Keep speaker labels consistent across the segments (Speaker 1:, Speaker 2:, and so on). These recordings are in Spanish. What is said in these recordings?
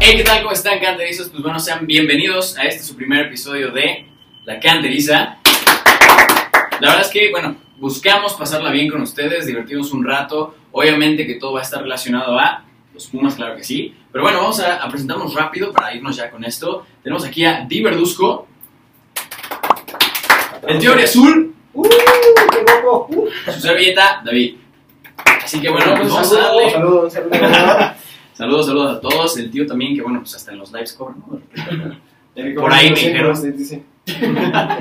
Speaker 1: Hey, ¿qué tal? ¿Cómo están, canterizos? Pues bueno, sean bienvenidos a este su primer episodio de La Canteriza. La verdad es que, bueno, buscamos pasarla bien con ustedes, divertirnos un rato. Obviamente que todo va a estar relacionado a los Pumas, claro que sí. Pero bueno, vamos a, a presentarnos rápido para irnos ya con esto. Tenemos aquí a Di Verduzco, el Teoría Azul,
Speaker 2: ¡Uh! ¡Qué guapo! ¡Uh!
Speaker 1: su servilleta, David. Así que bueno, pues vamos a darle.
Speaker 2: Saludos, saludos, saludos.
Speaker 1: Saludos, saludos a todos. El tío también, que bueno, pues hasta en los lives cobra, ¿no? Por ahí me dijeron.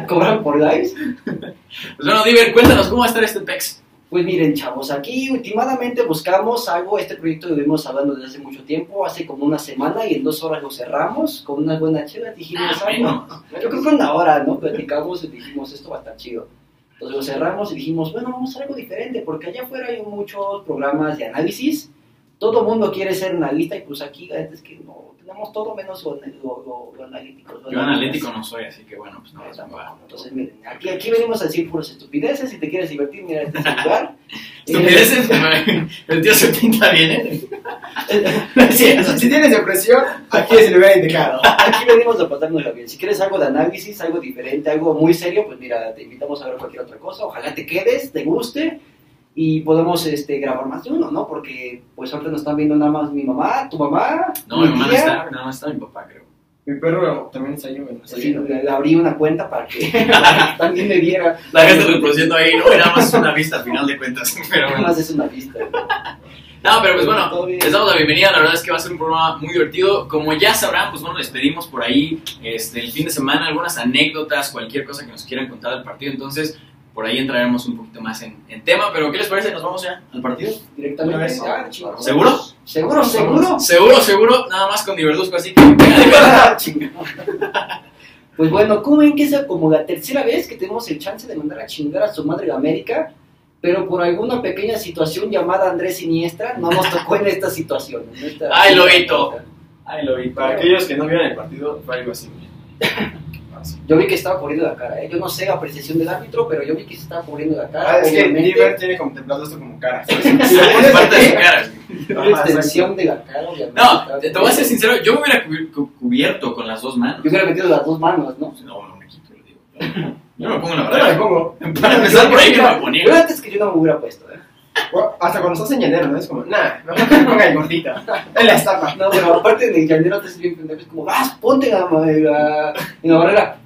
Speaker 2: ¿Cobran por lives?
Speaker 1: Pues bueno, Diver, cuéntanos cómo va a estar este PEX.
Speaker 2: Pues miren, chavos, aquí últimamente buscamos algo. Este proyecto lo vivimos hablando desde hace mucho tiempo, hace como una semana y en dos horas lo cerramos con una buena chela. Dijimos,
Speaker 1: Ah,
Speaker 2: "Ay, no". yo creo que una hora, ¿no? Platicamos y dijimos, esto va a estar chido. Entonces lo cerramos y dijimos, bueno, vamos a hacer algo diferente, porque allá afuera hay muchos programas de análisis. Todo el mundo quiere ser analista y pues aquí la neta es que no, tenemos todo menos lo, lo- lo- lo analítico. lo
Speaker 1: Yo
Speaker 2: analítico.
Speaker 1: analítico no soy, así que bueno, pues no,
Speaker 2: No,
Speaker 1: no va.
Speaker 2: tampoco. Entonces, miren, aquí, aquí venimos a decir puras estupideces. Si te quieres divertir, mira este es el lugar.
Speaker 1: Estupideces, el tío se pinta bien, ¿eh?
Speaker 3: Sí, o sea, si tienes depresión, aquí es el lugar indicado.
Speaker 2: Aquí venimos a pasárnosla bien. Si quieres algo de análisis, algo diferente, algo muy serio, pues mira, te invitamos a ver cualquier otra cosa. Ojalá te quedes, te guste y podemos este, grabar más de uno, ¿no? Porque pues ahorita nos están viendo nada más mi mamá, tu mamá.
Speaker 1: No, mi mamá no
Speaker 2: tía.
Speaker 1: está, nada más está mi papá, creo.
Speaker 3: Mi perro también está ahí, güey. no sé.
Speaker 2: Sí, le, le abrí una cuenta para que, para que también me viera.
Speaker 1: La gente reproduciendo ahí, no, era más una vista al final de cuentas, pero
Speaker 2: Nada
Speaker 1: bueno.
Speaker 2: más es una vista.
Speaker 1: No, pero pues bueno,
Speaker 2: Todo bien.
Speaker 1: les damos la bienvenida, la verdad es que va a ser un programa muy divertido. Como ya sabrán, pues bueno, les pedimos por ahí este, el fin de semana algunas anécdotas, cualquier cosa que nos quieran contar del partido, entonces por ahí entraremos un poquito más en, en tema, pero ¿qué les parece? ¿Nos vamos ya al partido?
Speaker 2: Directamente.
Speaker 3: Una vez.
Speaker 2: Ah, chingos.
Speaker 1: ¿Seguro?
Speaker 2: Seguro, seguro.
Speaker 1: Seguro, seguro, nada más con Diverduzco, así que... venga,
Speaker 2: Pues bueno, ¿cómo ven que es como la tercera vez que tenemos el chance de mandar a chingar a su madre de América? Pero por alguna pequeña situación llamada Andrés Siniestra, no nos tocó en esta situación. en esta-
Speaker 1: Ay, loguito. Ahí lo vi.
Speaker 3: Para aquellos que no vieron el partido, fue algo así. güey. Ah, Así.
Speaker 2: Yo vi que estaba cubriendo la cara, ¿eh? yo no sé la apreciación del árbitro, pero yo vi que se estaba cubriendo la cara.
Speaker 3: Ah, es que
Speaker 2: obviamente,
Speaker 3: Diver tiene contemplado esto como cara. Si lo
Speaker 1: Es
Speaker 3: pones
Speaker 1: parte de su
Speaker 3: aquí,
Speaker 1: cara.
Speaker 2: una
Speaker 3: ajá,
Speaker 2: extensión de la cara, obviamente.
Speaker 1: No, te, te voy a ser sincero, yo me hubiera cubi- cu- cubierto con las dos manos.
Speaker 2: Yo hubiera metido las dos manos, ¿no?
Speaker 1: No, no me quito, lo digo. Yo me pongo en la
Speaker 3: exacto. Yo me
Speaker 1: verdad.
Speaker 3: pongo.
Speaker 1: Para empezar por ahí que me
Speaker 2: Yo
Speaker 1: ponía.
Speaker 2: antes que yo no me hubiera puesto, ¿eh?
Speaker 3: O- Hasta cuando estás en llanero, ¿no? Es como, nah, mejor que me ponga el gordito. Es la estafa.
Speaker 2: No, pero aparte de llanero te bien pendejo, es como, vas, ponte la, la, en la barrera.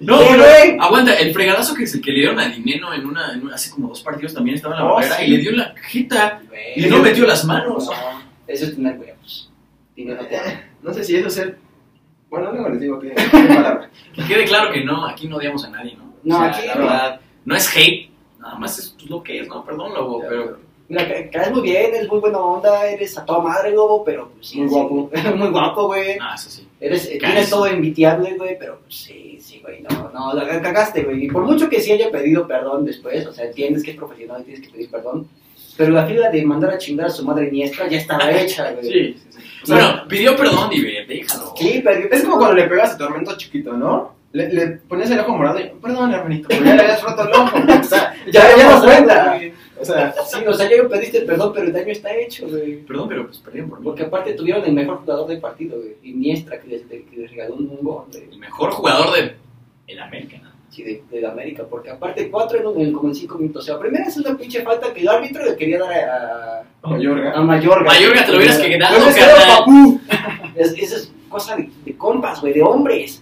Speaker 1: No,
Speaker 2: Sí,
Speaker 1: pero-
Speaker 2: güey.
Speaker 1: aguanta, el fregadazo que, se, que le dieron a Dineno en una, en una- hace como dos partidos también estaba en la
Speaker 3: Oh,
Speaker 1: barrera
Speaker 3: sí.
Speaker 1: y le dio la jeta y no metió las manos.
Speaker 2: Eso es tener huevos. Dinero te da.
Speaker 3: No sé si eso es ser. Bueno, luego les digo que. qué palabra.
Speaker 1: Que quede claro que no, aquí no odiamos a nadie, ¿no?
Speaker 2: No,
Speaker 1: O sea,
Speaker 2: aquí
Speaker 1: la
Speaker 2: no.
Speaker 1: verdad, no es hate, nada más es pues, lo que es, ¿no? Perdón, lobo, pero
Speaker 2: Mira, ca- caes muy bien, eres muy buena onda, eres a toda madre, lobo, pero pues sí.
Speaker 3: Muy
Speaker 2: sí,
Speaker 3: guapo.
Speaker 2: muy guapo, güey.
Speaker 1: nada, ah, eso sí.
Speaker 2: Eres, eh,
Speaker 1: Caes.
Speaker 2: tienes todo envitiable, güey, pero pues sí, sí, güey, no, no, la ca- cagaste, güey. Y por mucho que sí haya pedido perdón después, o sea, entiendes que es profesional y tienes que pedir perdón, pero la fila de mandar a chingar a su madre niestra ya estaba hecha, güey.
Speaker 3: Sí, sí, sí. O sea,
Speaker 1: Bueno, pidió perdón, Diver, déjalo.
Speaker 2: Sí, pero
Speaker 3: Es como cuando le pegas a tu hermanito chiquito, ¿no? Le, le ponías el ojo morado y, perdón, hermanito, pero ya le habías roto el ojo. O sea, ya, ya no cuenta. güey. O sea,
Speaker 2: Sí, o sea, ya pediste perdón, pero el daño está hecho, güey.
Speaker 1: Perdón, pero pues perdieron por mí.
Speaker 2: Porque aparte tuvieron el mejor jugador del partido, güey. Iniestra, que les, que les regaló un un gol, güey.
Speaker 1: El mejor jugador de el América, ¿no?
Speaker 2: Sí, de, de América. Porque aparte cuatro en, un- en como en cinco minutos. O sea, primero es una pinche falta que el árbitro le quería dar a,
Speaker 3: como Yorga.
Speaker 2: a, a Mayorga.
Speaker 1: Mayorga, te lo hubieras que quedado,
Speaker 3: ¿Dónde está
Speaker 1: carnal.
Speaker 3: papú?
Speaker 2: Es, eso es cosa de, de compas, güey, de hombres.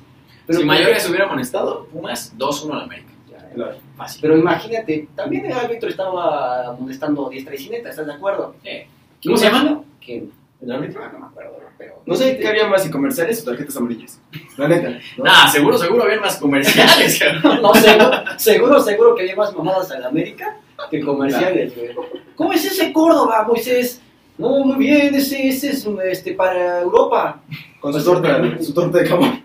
Speaker 1: Si Mayorga se hubiera amonestado, Pumas 2-1 al América.
Speaker 2: Ya,
Speaker 3: Claro.
Speaker 1: Fácil.
Speaker 2: Pero imagínate, también el árbitro estaba molestando diestra y siniestra, ¿estás de acuerdo?
Speaker 1: Eh, ¿Cómo se llama?
Speaker 2: Que,
Speaker 3: ¿El árbitro?
Speaker 2: ah, no me acuerdo, pero...
Speaker 3: No sé qué había más, si comerciales o tarjetas amarillas. La neta. ¿no?
Speaker 1: Nah, seguro, seguro había más comerciales, cabrón.
Speaker 2: No, seguro, seguro, seguro que había más mamadas en América que comerciales, güey. ¿Cómo es ese Córdoba, Moisés? No, muy bien, ese, ese es este, para Europa.
Speaker 3: Con su torta, su torta de jamón.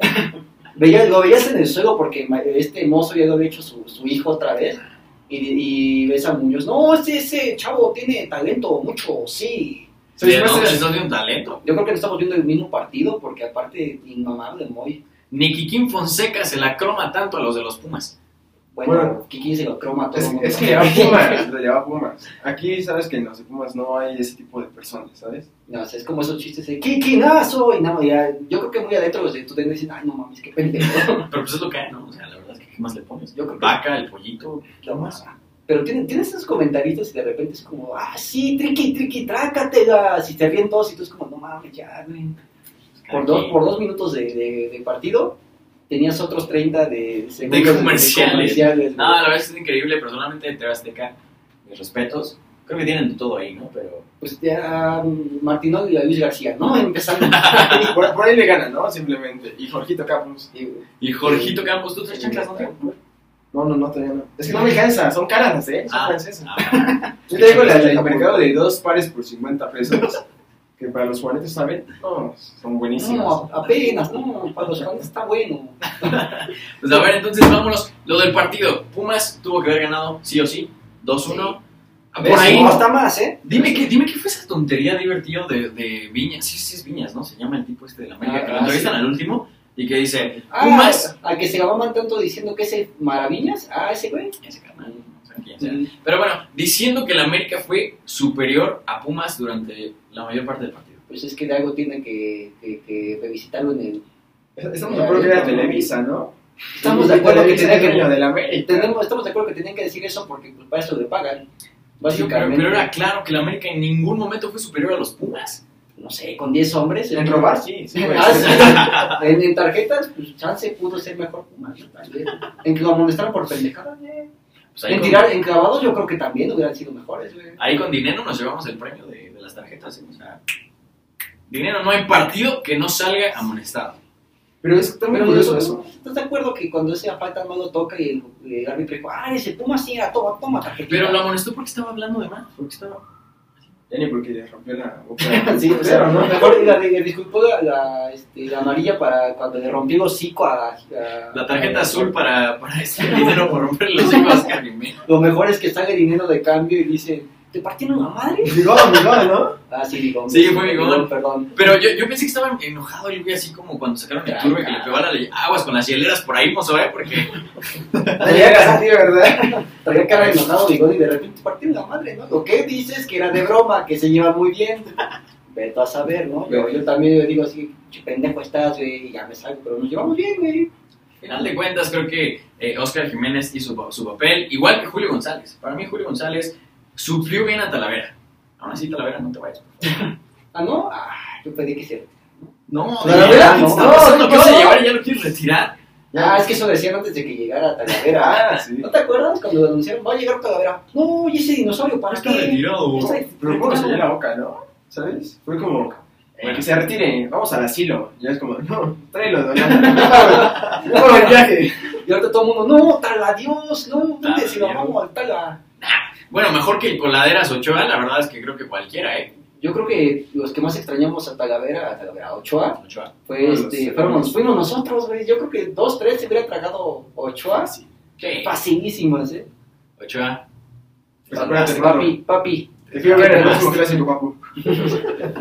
Speaker 2: Veía, lo veías en el suelo porque ma- este mozo ya lo había hecho su, su hijo otra vez. Y, y ves a Muñoz, no, ese, ese chavo tiene talento, mucho, sí.
Speaker 3: Se
Speaker 1: Sí,
Speaker 3: les
Speaker 1: no,
Speaker 3: parece-
Speaker 1: eso es de un talento.
Speaker 2: Yo creo que no estamos viendo el mismo partido porque aparte, inmamable Moy.
Speaker 1: Ni Kikín Fonseca se la croma tanto a los de los Pumas.
Speaker 2: Bueno,
Speaker 3: Bueno.
Speaker 2: Kiki se lo croma a todo
Speaker 3: Es,
Speaker 2: el mundo.
Speaker 3: es que lleva Pumas, lo lleva Pumas. Aquí sabes que en los de Pumas no hay ese tipo de personas, ¿sabes?
Speaker 2: No, o sea, es como esos chistes de Kiki, nazo, y nada, ya, yo creo que muy adentro los de tu tren dicen, ay, no mames, qué pendejo.
Speaker 1: Pero pues es lo que hay, ¿no? O sea, la verdad es que ¿qué más le pones?
Speaker 2: Yo creo que-
Speaker 1: Vaca, el pollito.
Speaker 2: Lo más. Pero tienen, tienen esos comentaristas y de repente es como, ah, sí, triqui, triqui, trácatela. Si te ríen todos y tú es como, no mames, ya, güey.
Speaker 1: pues,
Speaker 2: Por
Speaker 1: cada
Speaker 2: dos,
Speaker 1: quien.
Speaker 2: por dos minutos de, de- de partido, tenías otros 30 de segundos
Speaker 1: comerciales.
Speaker 2: comerciales,
Speaker 1: No,
Speaker 2: güey.
Speaker 1: la verdad es increíble, pero solamente TV Azteca, mis respetos. Creo que tienen de todo ahí, ¿no? Pero
Speaker 2: Pues ya, um, Martino y Luis García, ¿no? Empezando.
Speaker 3: Por, por ahí le ganan, ¿no? Simplemente. Y Jorgito Campos.
Speaker 2: Sí, güey.
Speaker 1: Y Jorgito Campos, ¿tú traes chanclas? ¿no?
Speaker 3: No, no, no, todavía no. Es que no me cansa, son caras, ¿eh? Son francesas.
Speaker 1: ah,
Speaker 3: Yo te digo las del mercado de dos pares por 50 pesos. Que para los juanetes saben, no, son buenísimas.
Speaker 2: No, apenas, no, para los fans está bueno.
Speaker 1: pues a ver, entonces vámonos. Lo del partido. Pumas tuvo que haber ganado sí o sí. 2-1. Ah, Por
Speaker 2: Ves,
Speaker 1: ahí.
Speaker 2: No está más, ¿eh?
Speaker 1: Dime qué, dime qué fue esa tontería divertida de, de Viñas. Sí, sí es Viñas, ¿no? Se llama el tipo este de la América.
Speaker 2: Ah,
Speaker 1: que lo
Speaker 2: ah,
Speaker 1: entrevistan
Speaker 2: sí.
Speaker 1: al último y que dice,
Speaker 2: Ah,
Speaker 1: Pumas.
Speaker 2: Al que se la maman tanto diciendo que ese maravillas, ah, ese güey.
Speaker 1: Ese carnal, no sé quién sea. Pero bueno, diciendo que la América fue superior a Pumas durante la mayor parte del partido.
Speaker 2: Pues es que de algo tiene que, que, que revisitarlo en el.
Speaker 3: Estamos de acuerdo que era Televisa, ¿no?
Speaker 2: Estamos de acuerdo que tenía
Speaker 3: tenía dueño
Speaker 2: que.
Speaker 3: de la América.
Speaker 2: tenemos- estamos de acuerdo que tenían que decir eso porque pues, para eso le pagan.
Speaker 1: Sí,
Speaker 2: Básicamente.
Speaker 1: pero, pero era claro que la América en ningún momento fue superior a los Pumas.
Speaker 2: No sé, con 10 hombres.
Speaker 3: En robar, sí, sí. güey.
Speaker 2: Ah, sí. en, en tarjetas, pues chance pudo ser mejor Pumas. tal vez. En que lo amonestaron por pendejadas, eh.
Speaker 1: Pues ahí,
Speaker 2: En
Speaker 1: con,
Speaker 2: tirar en clavados, yo creo que también hubieran sido mejores, güey.
Speaker 1: ahí con dinero nos llevamos el premio de, de las tarjetas. ¿eh? O sea, dinero, no hay partido que no salga amonestado.
Speaker 3: Pero es también
Speaker 2: Pero
Speaker 3: curioso
Speaker 2: yo,
Speaker 3: eso.
Speaker 2: ¿Estás de acuerdo que cuando ese falta no lo toca y el, el árbitro dijo, ah, ese Puma sí, ah, toma, toma tarjetita?
Speaker 1: Pero lo amonestó porque estaba hablando de más. Porque estaba...
Speaker 3: Ya ni porque le rompió la boca.
Speaker 2: Sí, o sea,
Speaker 3: Pero, ¿no?
Speaker 2: mejor la de- disculpó la, la, este, la amarilla para cuando le rompió el hocico a, a-
Speaker 1: La tarjeta azul para, para este dinero por romper los hijos a ¿eh? Jiménez.
Speaker 2: Lo mejor es que sale dinero de cambio y dice, ¿te partieron la madre?
Speaker 3: Bigón, bigón, ¿no?
Speaker 2: Ah, sí, digo.
Speaker 1: Sí, fue mi gol.
Speaker 2: Perdón.
Speaker 1: Pero yo, yo pensé que estaba enojado el güey, así como cuando sacaron el turbe que le pegó a la ley. Aguas con las hieleras por ahí, mozo, ¿eh? Porque
Speaker 3: Le llegas a ti, ¿verdad?
Speaker 2: Traía cara de enojado, digo, y de repente "Te partieron la madre, ¿no? Lo que dices que era de broma, que se lleva muy bien. Vete a saber, ¿no? Yo, yo también yo digo así, "Che, pendejo estás, güey, y ya me salgo, pero nos llevamos bien, güey.
Speaker 1: al final de cuentas creo que eh, Oscar Jiménez hizo pa- su papel, igual que Julio González. Para mí Julio González sufrió bien a Talavera. Aún así, Talavera, no te vayas.
Speaker 2: Ah, no, ah, yo pedí que se.
Speaker 1: No,
Speaker 2: Talavera,
Speaker 1: ¿qué
Speaker 2: no.
Speaker 1: está
Speaker 2: No,
Speaker 1: pasando?
Speaker 2: ¿qué
Speaker 1: ¿Qué vas a
Speaker 2: pasó?
Speaker 1: llevar y ya lo quieres retirar?
Speaker 2: Ah, es que eso decían antes de que llegara Talavera.
Speaker 3: Ah, sí.
Speaker 2: ¿No te acuerdas cuando anunciaron, va a llegar Talavera? No, y ese dinosaurio, ¿para
Speaker 1: Está
Speaker 2: qué?
Speaker 1: retirado.
Speaker 2: Está
Speaker 3: Pero ¿cómo se
Speaker 2: retirado.
Speaker 3: llena la boca, no? ¿Sabes? Fue como, eh, que se retire, vamos al asilo. Ya es como, no, tráelo, don Álvaro. No, no, el viaje.
Speaker 2: Y ahorita todo el mundo, no, Tala, Dios, no, ¿dónde se lo
Speaker 1: Tala,
Speaker 2: vamos al Tala?
Speaker 1: Bueno, mejor que el Coladeras Ochoa, la verdad es que creo que cualquiera, ¿eh?
Speaker 2: Yo creo que los que más extrañamos a Talavera, a Talavera, a Ochoa,
Speaker 1: Ochoa.
Speaker 2: fue
Speaker 3: No,
Speaker 2: este,
Speaker 3: sí.
Speaker 2: fueron- fuimos nosotros, güey. Yo creo que dos, tres se hubiera tragado Ochoa.
Speaker 1: Sí.
Speaker 2: Facilísimas, ¿eh?
Speaker 1: Ochoa.
Speaker 3: Pues acuérdate,
Speaker 2: papi, papi,
Speaker 3: Te quiero ver en el último clásico, papu.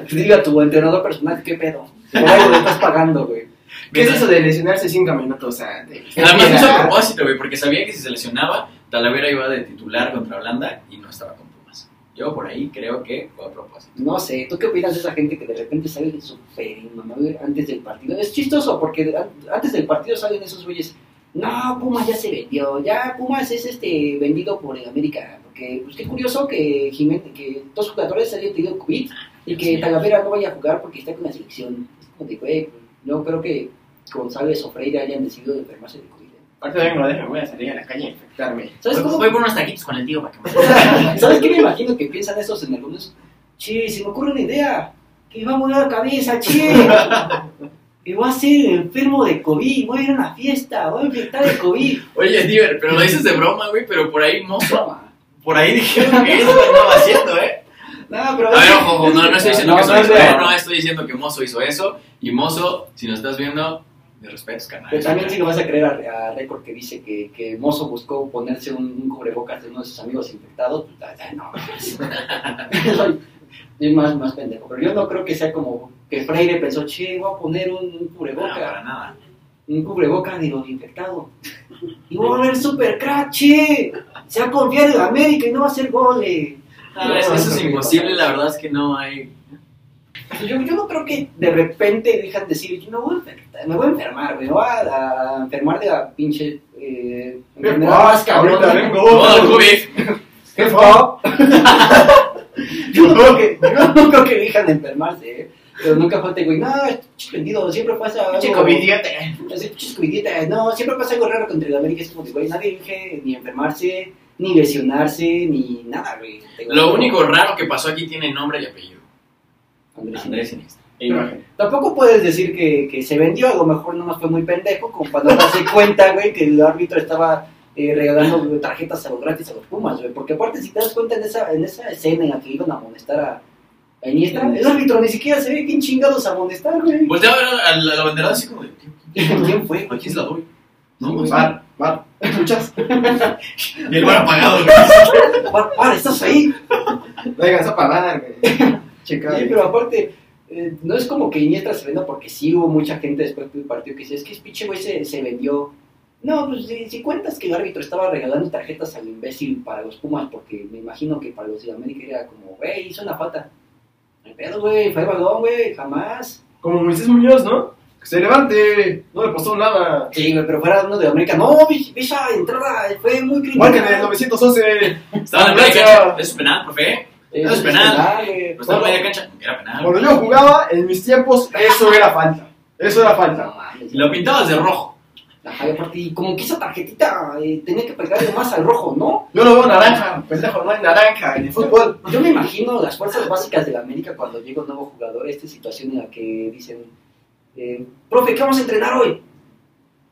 Speaker 2: dile a tu entrenador personal qué pedo. Por algo le estás pagando, güey.
Speaker 3: ¿Qué es eso de lesionarse cinco minutos antes?
Speaker 1: Además
Speaker 2: Mira.
Speaker 1: hizo a propósito, güey, porque sabía que si se lesionaba, Talavera iba de titular contra Holanda y no estaba con Pumas. Yo por ahí creo que fue a propósito.
Speaker 2: No sé, ¿tú qué opinas de esa gente que de repente sale de su mamá, güey, antes del partido? Es chistoso porque an- antes del partido salen esos güeyes. No, Pumas ya se vendió, ya Pumas es este vendido por el América. Porque, pues qué curioso que Jiménez, que dos jugadores hayan tenido COVID y que
Speaker 1: Sí.
Speaker 2: Talavera no vaya a jugar porque está con la selección. Es como de, güey, no creo que González o Freire hayan decidido enfermarse de COVID. ¿eh?
Speaker 3: Aparte de vengo, déjame, voy a salir a la calle a infectarme.
Speaker 2: ¿Sabes cómo?
Speaker 1: Voy por unos taquitos con el tío para que me
Speaker 2: ¿Sabes qué me imagino que piensan esos en algunos? Che, se me ocurre una idea. Que va a morir la cabeza, che. Que voy a ser enfermo de COVID. Voy a ir a una fiesta. Voy a infectar de COVID.
Speaker 1: Oye, Diver, pero lo dices de broma, güey, pero por ahí, mozo,
Speaker 2: Toma.
Speaker 1: por ahí dijeron que eso lo estaba haciendo, ¿eh?
Speaker 2: No, pero.
Speaker 1: A ver, ojo, ojo, no, no estoy diciendo
Speaker 2: No,
Speaker 1: que eso
Speaker 2: no,
Speaker 1: hizo,
Speaker 2: no.
Speaker 1: no, no, estoy diciendo que mozo hizo eso. Y mozo, si nos estás viendo, de respetos, carnal.
Speaker 2: Pero también sí lo vas a creer a, a Récord que dice que, que Mozo buscó ponerse un, un cubrebocas de uno de sus amigos infectados. Pues, ay, ay, no. Soy- Soy más, más pendejo. Pero yo no creo que sea como que Freire pensó, che, voy a poner un, un
Speaker 1: No,
Speaker 2: cubrebocas.
Speaker 1: para nada.
Speaker 2: un cubreboca, digo, infectado. Y va a volver super crack, che. Se va a confiar en América y no va a hacer goles.
Speaker 1: Ah, es- eso es imposible, la verdad es que no hay.
Speaker 2: Yo, yo no creo que de repente dejan de decir, yo me voy a enfermar, me voy a enfermar, me voy a, a enfermar de la pinche eh, enfermedad más
Speaker 3: Ahorita
Speaker 2: cabrona.
Speaker 3: vengo.
Speaker 1: Modo COVID.
Speaker 2: ¡Qué fo! yo, no creo que, yo no creo que dejan de enfermarse, ¿eh? Pero nunca falta, güey, no, este pinche vendido, siempre pasa algo.
Speaker 3: Chico, idiota.
Speaker 2: Así, pinches coviditas, eh, no, siempre pasa algo raro contra el América, es como que, güey, nadie deje ni enfermarse, ni lesionarse, ni nada, güey. Digo,
Speaker 1: Lo único raro que pasó aquí tiene nombre y apellido. Eh,
Speaker 2: Andrés,
Speaker 1: Andrés Iniesta.
Speaker 3: E imagen.
Speaker 2: Tampoco puedes decir que, que se vendió, a lo mejor nomás fue muy pendejo, como cuando no se cuenta, güey, que el árbitro estaba eh, regalando güey, tarjetas a los gratis a los Pumas, güey. Porque aparte, si te das cuenta en esa, en esa escena en la que iban a amonestar a, a Iniesta, el árbitro ni siquiera se ve quién chingados amonestar, güey.
Speaker 1: Volteaba a ver a la, a la banderada así como de, tío,
Speaker 2: ¿Quién fue?
Speaker 1: ¿a quién se la doy? No,
Speaker 2: Sí,
Speaker 1: o sea,
Speaker 3: Bar, bar. ¿Escuchas?
Speaker 1: pues, y el bar apagado.
Speaker 2: Para, estás ahí.
Speaker 3: No llegas a parar, güey. Chica.
Speaker 2: Sí, pero aparte, eh, no es como que Iniesta se venda porque sí hubo mucha gente después del partido que dice, es que ese pinche güey se, se vendió. No, pues si, si cuentas que el árbitro estaba regalando tarjetas al imbécil para los Pumas, porque me imagino que para los de América era como, güey, hizo una falta. No hay pedo, güey, fue balón, güey, jamás.
Speaker 3: Como Moisés Muñoz, ¿no? Que se levante. No le pasó nada.
Speaker 2: Sí, güey, pero fuera uno de América. No, vi- vi esa entrada fue muy crítica.
Speaker 3: Marquen el 911.
Speaker 1: Estaba en la media cancha. ¿Es penal, profe?
Speaker 2: Eh,
Speaker 1: no es penal. Pues,
Speaker 2: güey.
Speaker 1: Pero estaba en la media
Speaker 2: Bueno,
Speaker 1: cancha. Era penal.
Speaker 3: Cuando yo jugaba, en mis tiempos, eso era falta. Eso era falta.
Speaker 2: no mames.
Speaker 1: Y lo pintabas de rojo.
Speaker 2: Ajá, y aparte, y como que esa tarjetita eh, tenía que pegarle más al rojo, ¿no?
Speaker 3: Yo lo veo naranja, pendejo, no hay naranja en el fútbol.
Speaker 2: Yo me imagino las fuerzas básicas de la América cuando llega un nuevo jugador, esta situación en la que dicen, eh, profe, ¿qué vamos a entrenar hoy?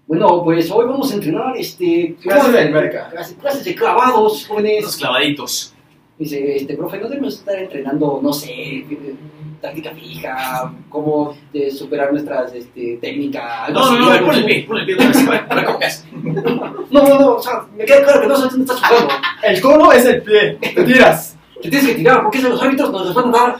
Speaker 2: Bueno, pues hoy vamos a entrenar este,
Speaker 3: Clases de alberca.
Speaker 2: clases- clases de clavados,
Speaker 1: Esos
Speaker 2: jóvenes.
Speaker 1: clavaditos.
Speaker 2: Dice, este, profe, no debemos estar entrenando, no sé, eh, táctica fija, cómo eh, superar nuestras este, técnicas. algo
Speaker 1: No, no,
Speaker 2: así,
Speaker 1: no,
Speaker 2: algo
Speaker 1: pon el
Speaker 2: así".
Speaker 1: pie, pon el pie. otra vez, Para para que veas.
Speaker 2: No, no, no, o sea, me queda claro que no sabes dónde estás jugando.
Speaker 3: El cono es el pie. Te tiras.
Speaker 2: Te tienes que tirar, porque esos los árbitros nos los van a dar.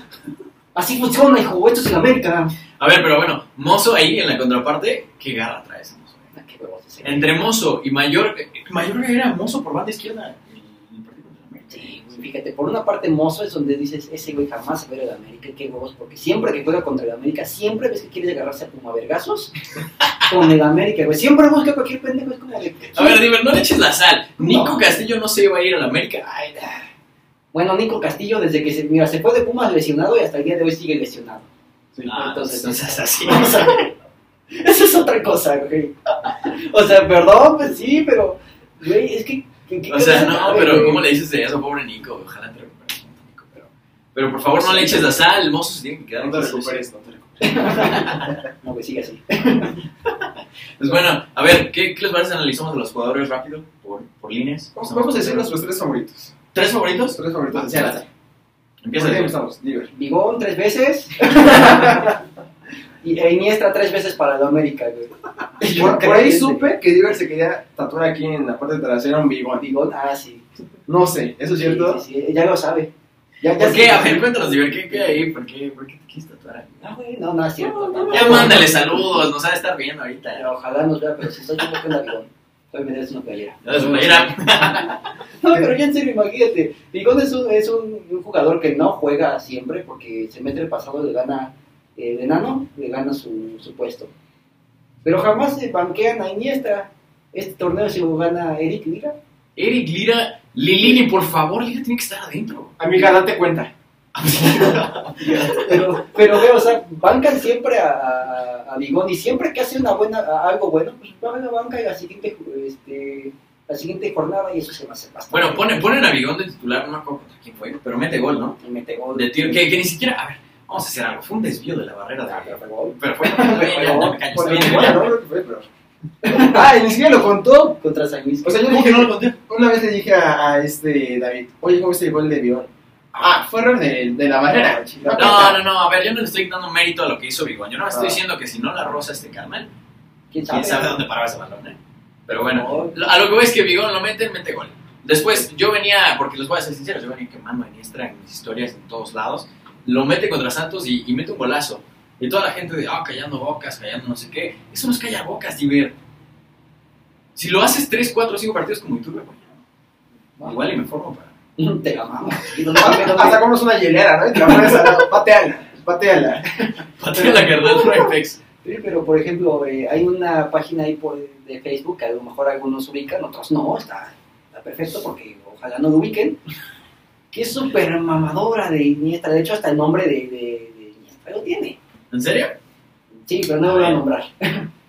Speaker 2: Así funciona, hijo, esto es la América.
Speaker 1: A ver, pero bueno, Mozo ahí en la contraparte, ¿qué garra trae ese Mozo?
Speaker 2: Ah, qué huevos ese.
Speaker 1: Entre Mozo y Mayor, Mayor era Mozo por banda izquierda. en el partido contra América.
Speaker 2: Sí, güey, fíjate, por una parte mozo es donde dices, ese güey jamás se va a ir al América, qué huevos, porque siempre que juega contra el América, siempre ves que quieres agarrarse a Puma Vergazos con el América, güey. Siempre busca cualquier pendejo, es como de...
Speaker 1: A ver, dime, no le eches la sal. Nico
Speaker 2: No.
Speaker 1: Castillo no se iba a ir a la América. Ay, da.
Speaker 2: Bueno, Nico Castillo, desde que se, mira, se fue de Pumas lesionado y hasta el día de hoy sigue lesionado.
Speaker 1: No,
Speaker 2: entonces-
Speaker 1: entonces no seas así.
Speaker 2: O sea, Esa es otra cosa, güey. O sea, perdón, pues sí, pero, güey, es que... ¿qué- qué
Speaker 1: O sea,
Speaker 2: cosa
Speaker 1: no,
Speaker 2: sabe,
Speaker 1: pero
Speaker 2: güey?
Speaker 1: ¿cómo le dices de eso, pobre Nico? Ojalá te recuperes, Nico. Pero, pero por favor, no le eches la sal. El mozo se tiene que quedar.
Speaker 3: No
Speaker 1: en
Speaker 3: te
Speaker 1: casa.
Speaker 3: recuperes, no te recuperes.
Speaker 2: No, güey, sigue así.
Speaker 1: Pues bueno, a ver, ¿qué, qué les parece? Analizamos a los jugadores rápido, por, por líneas.
Speaker 3: Vamos, vamos a decir nuestros tres favoritos.
Speaker 1: ¿Tres favoritos?
Speaker 3: Los tres favoritos.
Speaker 1: Ya la- Empieza
Speaker 3: ¿Por qué
Speaker 1: el
Speaker 3: empezamos? Diver.
Speaker 2: Bigón tres veces. y e Iniestra tres veces para la América, güey.
Speaker 3: Por, por ahí supe que Diver se quería tatuar aquí en la parte trasera un bigón.
Speaker 2: Bigón, ah, sí.
Speaker 3: No sé, ¿eso es cierto?
Speaker 2: Sí, sí, sí, ya lo sabe. Ya, ya
Speaker 1: ¿Por qué?
Speaker 2: sí.
Speaker 1: A ver, cuéntanos, Diver, ¿qué, qué hay ahí? ¿Por qué, ¿Por qué te quisiste tatuar ahí?
Speaker 2: Ah, güey, no, no es cierto. tampoco.
Speaker 1: Ya mándale saludos, nos ha de estar viendo ahorita.
Speaker 2: Pero Ojalá nos vea, pero si soy yo, ¿por qué onda Bigón? Hoy me des una playera.
Speaker 1: Ya ves, mira,
Speaker 2: No, pero ya en serio, imagínate. Bigón es un, es un, un jugador que no juega siempre porque se mete el pasado, le gana eh, de enano, le gana su, su puesto. Pero jamás se banquean a Iniesta. Este torneo se lo gana Eric Liga.
Speaker 1: Eric Lira, Lilini, por favor, Lira tiene que estar adentro.
Speaker 3: Amiga, date cuenta.
Speaker 2: Pero, pero veo, o sea, bancan siempre a, a, a Bigón y siempre que hace una buena, a- algo bueno, pues va a la banca y la siguiente, este, la siguiente jornada y eso se me hace bastante.
Speaker 1: Bueno, ponen, ponen a Bigón de titular, no me acuerdo contra quién fue, pero mete gol, ¿no?
Speaker 2: Y mete gol.
Speaker 1: De tiro, que, que ni siquiera, a ver, vamos a hacer algo, fue un desvío de la barrera
Speaker 2: Ah,
Speaker 1: de...
Speaker 2: pero fue gol.
Speaker 1: Pero fue, ya, ya me callo, está
Speaker 3: Porque-
Speaker 1: bien,
Speaker 3: bueno, pues
Speaker 1: ya.
Speaker 3: no creo que fue, pero- Ah, y ni siquiera lo contó.
Speaker 2: Contra San Luis.
Speaker 3: O sea, yo le
Speaker 1: ¿Cómo
Speaker 3: dije,
Speaker 1: que no lo conté?
Speaker 3: una vez le dije a, a este David, oye, ¿cómo se llegó el de Bigón? Ah, fue error de, de la barrera.
Speaker 2: No,
Speaker 1: No, no, no, a ver, yo no le estoy dando mérito a lo que hizo Bigón, yo no me estoy
Speaker 3: Ah.
Speaker 1: diciendo que si no la rosa este carnal,
Speaker 2: ¿Quién sabe?
Speaker 1: quién sabe dónde paraba ese balón, ¿eh? Pero bueno, lo- a lo que voy es que Bigón lo mete, mete gol. Después, yo venía, porque les voy a ser sinceros, yo venía quemando a Iniestra en mis historias en todos lados. Lo mete contra Santos y, y mete un golazo. Y toda la gente de, ah, callando bocas, callando no sé qué. Eso no es callar bocas, Tiber. Si lo haces 3, 4, 5 partidos como youtuber, güey, igual y me formo para.
Speaker 2: Te la mamas. Y no te mames, no te-
Speaker 3: Hasta compras una hielera, ¿no? Y te la pones al lado. Pateala, pateala.
Speaker 1: Patea la carnal Tripex.
Speaker 2: Sí, pero por ejemplo, eh, hay una página ahí por, de Facebook que a lo mejor algunos ubican, otros no, está, está perfecto porque ojalá no lo ubiquen, que es súper mamadora de Iniesta, de hecho hasta el nombre de, de, de Iniesta lo tiene.
Speaker 1: ¿En serio?
Speaker 2: Sí, pero no lo voy a nombrar.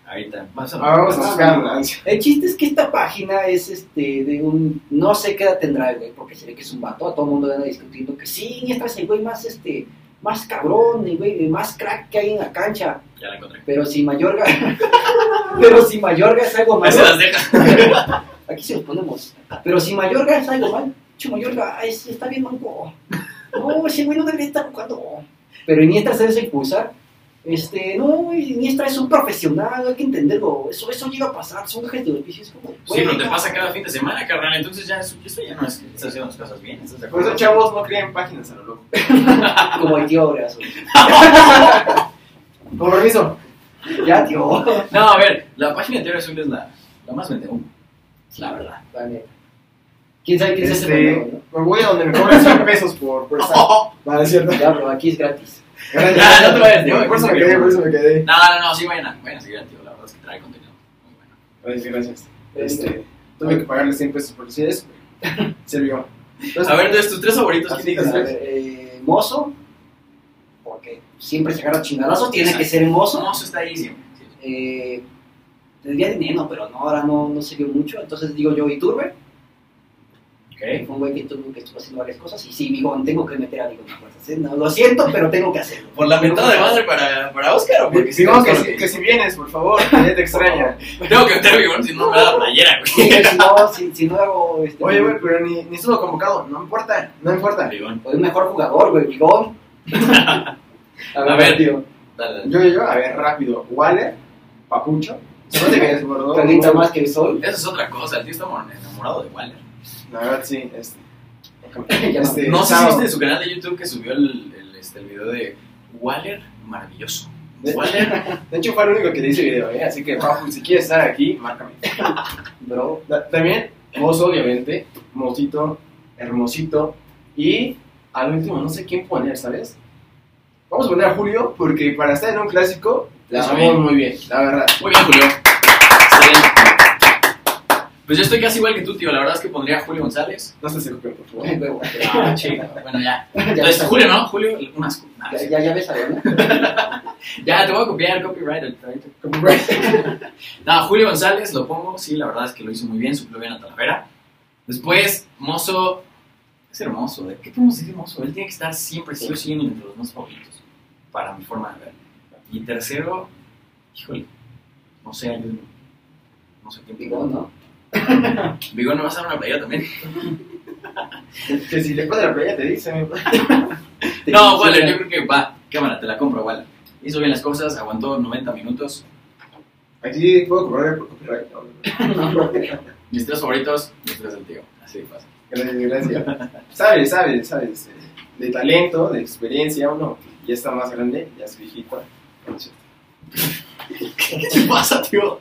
Speaker 1: Ahorita. Vas a-
Speaker 3: Ahora Ah, vamos a buscarla.
Speaker 2: El chiste es que esta página es este de un, no sé qué edad tendrá el güey, porque se ve que es un vato, a todo el mundo le anda discutiendo que sí, Iniesta es el güey más este, más cabrón, el güey más crack que hay en la cancha,
Speaker 1: Ya la encontré.
Speaker 2: pero si Mayorga, pero si Mayorga es algo
Speaker 1: Ahí
Speaker 2: malo.
Speaker 1: se las deja.
Speaker 2: Aquí se los ponemos. Pero si Mayorga es algo mal, che, Mayorga ay, sí, está bien manco. No, ese güey no debería estar jugando. Pero Iniesta se hace expulsar. Este, no, Iniesta es un profesional, hay que entenderlo. Eso, eso llega a pasar, son gajes de oficio. Es como,
Speaker 1: Sí, pero te
Speaker 2: güey,
Speaker 1: pasa cada fin de semana, carnal. Entonces ya eso, eso ya no es estás haciendo las cosas bien. ¿estás de
Speaker 3: Por eso,
Speaker 1: acuerdo?
Speaker 3: chavos, no creen páginas a lo loco.
Speaker 2: Como el tío Oreazo.
Speaker 3: Con permiso.
Speaker 2: Ya, tío.
Speaker 1: No, a ver, la página de Teoría Azul es la, la más vende humo. La verdad.
Speaker 2: La neta. ¿Quién sabe quién se hace pendejo,
Speaker 3: Este, me voy a donde me cobran 100 pesos por, por estar. Vale, es cierto.
Speaker 2: ¿no? Ya, pero aquí es gratis.
Speaker 1: Ya, no te vayas, tío.
Speaker 3: Por eso me quedé, por eso me quedé.
Speaker 1: No, no, no, sí, vayan a, vayan a seguir al tío. La verdad es que trae contenido muy bueno.
Speaker 3: Gracias, gracias. Este, tuve que pagarle 100 pesos por decir eso. pero Sirvió. Entonces,
Speaker 1: A ver, entonces, tus tres favoritos, ¿quién
Speaker 2: A
Speaker 1: dices?
Speaker 2: ver, eh, mozo, porque siempre se agarra chingadazos, tiene que ser mozo.
Speaker 1: No, eso está ahí siempre. Sí.
Speaker 2: eh, día de dinero, pero no, ahora no, no se vio mucho. Entonces digo yo Iturbe, que
Speaker 1: Ok.
Speaker 2: fue un güey que, tuvo- que estuvo haciendo varias cosas. Y sí, digo, tengo que meter a Diego en la fuerza. Sí, no, lo siento, pero tengo que hacerlo.
Speaker 1: ¿Por la mentada de madre para, para Oscar o porque
Speaker 3: Porque
Speaker 1: sí
Speaker 3: digo que,
Speaker 1: Oscar,
Speaker 3: si, que si vienes, por favor, que ya te extraña.
Speaker 1: Tengo que meter vigor si no me da la playera,
Speaker 2: Sí,
Speaker 1: güey.
Speaker 2: si no, si, si no hago este,
Speaker 3: Oye, güey, pero ni, ni estuvo convocado. No me importa, no me importa.
Speaker 1: Vigón.
Speaker 2: pues, un mejor jugador, güey, Bigón.
Speaker 1: A ver.
Speaker 2: tío.
Speaker 1: Dale, dale.
Speaker 3: Yo, yo, yo, a ver, rápido. Waller, Papucho. Se no te quedes,
Speaker 1: Oh.
Speaker 3: gordo.
Speaker 2: Calienta más que el sol.
Speaker 1: Eso es otra cosa, el tío está mor- enamorado de Waller.
Speaker 3: La verdad, sí. Este.
Speaker 2: Ya
Speaker 3: Este,
Speaker 1: No sé si
Speaker 3: Sao.
Speaker 1: viste su canal de YouTube que subió el, el, este, el video de Waller maravilloso. Waller,
Speaker 3: De hecho, fue el único que le hice video, ¿eh? Así que, Papu, si quieres estar aquí, márcame.
Speaker 2: Bro,
Speaker 3: Ta- También, vos, obviamente, mocito, hermosito. Y al último, no sé quién poner, ¿sabes? Vamos a poner a Julio, porque para estar en un clásico, la
Speaker 1: Eso
Speaker 3: sabemos
Speaker 1: bien.
Speaker 3: muy bien, la verdad.
Speaker 1: muy bien, Julio. Excelente. Pues yo estoy casi igual que tú, tío. La verdad es que pondría a Julio González.
Speaker 3: No se preocupen, por favor.
Speaker 2: güey, güey, güey.
Speaker 1: Ah, chico. Bueno, ya.
Speaker 2: Ya
Speaker 1: Entonces,
Speaker 2: ves-
Speaker 1: Julio, ¿no? Julio, un asco. Nah,
Speaker 2: Ya, ya, ya ves a Leona.
Speaker 1: Ya, te voy a copiar el copyright. el- el copyright. no, Julio González lo pongo, sí, la verdad es que lo hizo muy bien, suplió bien a Talavera. Después, Mozo, es hermoso, ¿de ¿qué podemos decir Mozo? Él tiene que estar siempre, sí o sí, entre los más favoritos, para mi forma de ver. Y tercero, híjole, no sé, ayúdame. No sé quién
Speaker 2: Bigón, ¿no?
Speaker 1: Vigón, ¿no vas a dar una playera también?
Speaker 3: Que, que si después de la playa te dicen,
Speaker 1: No, Waller, yo creo que va, cámara, te la compro, Waller. Hizo bien las cosas, aguantó 90 minutos.
Speaker 3: aquí puedo cobrar por copyright. No, no, no.
Speaker 1: Mis tres favoritos, mis tres del tío. Así de fácil.
Speaker 3: Gracias, gracias. Sabes, sabes, sabes. eh, De talento, de experiencia, uno que ya está más grande, ya es viejito.
Speaker 1: ¿Qué te pasa, tío?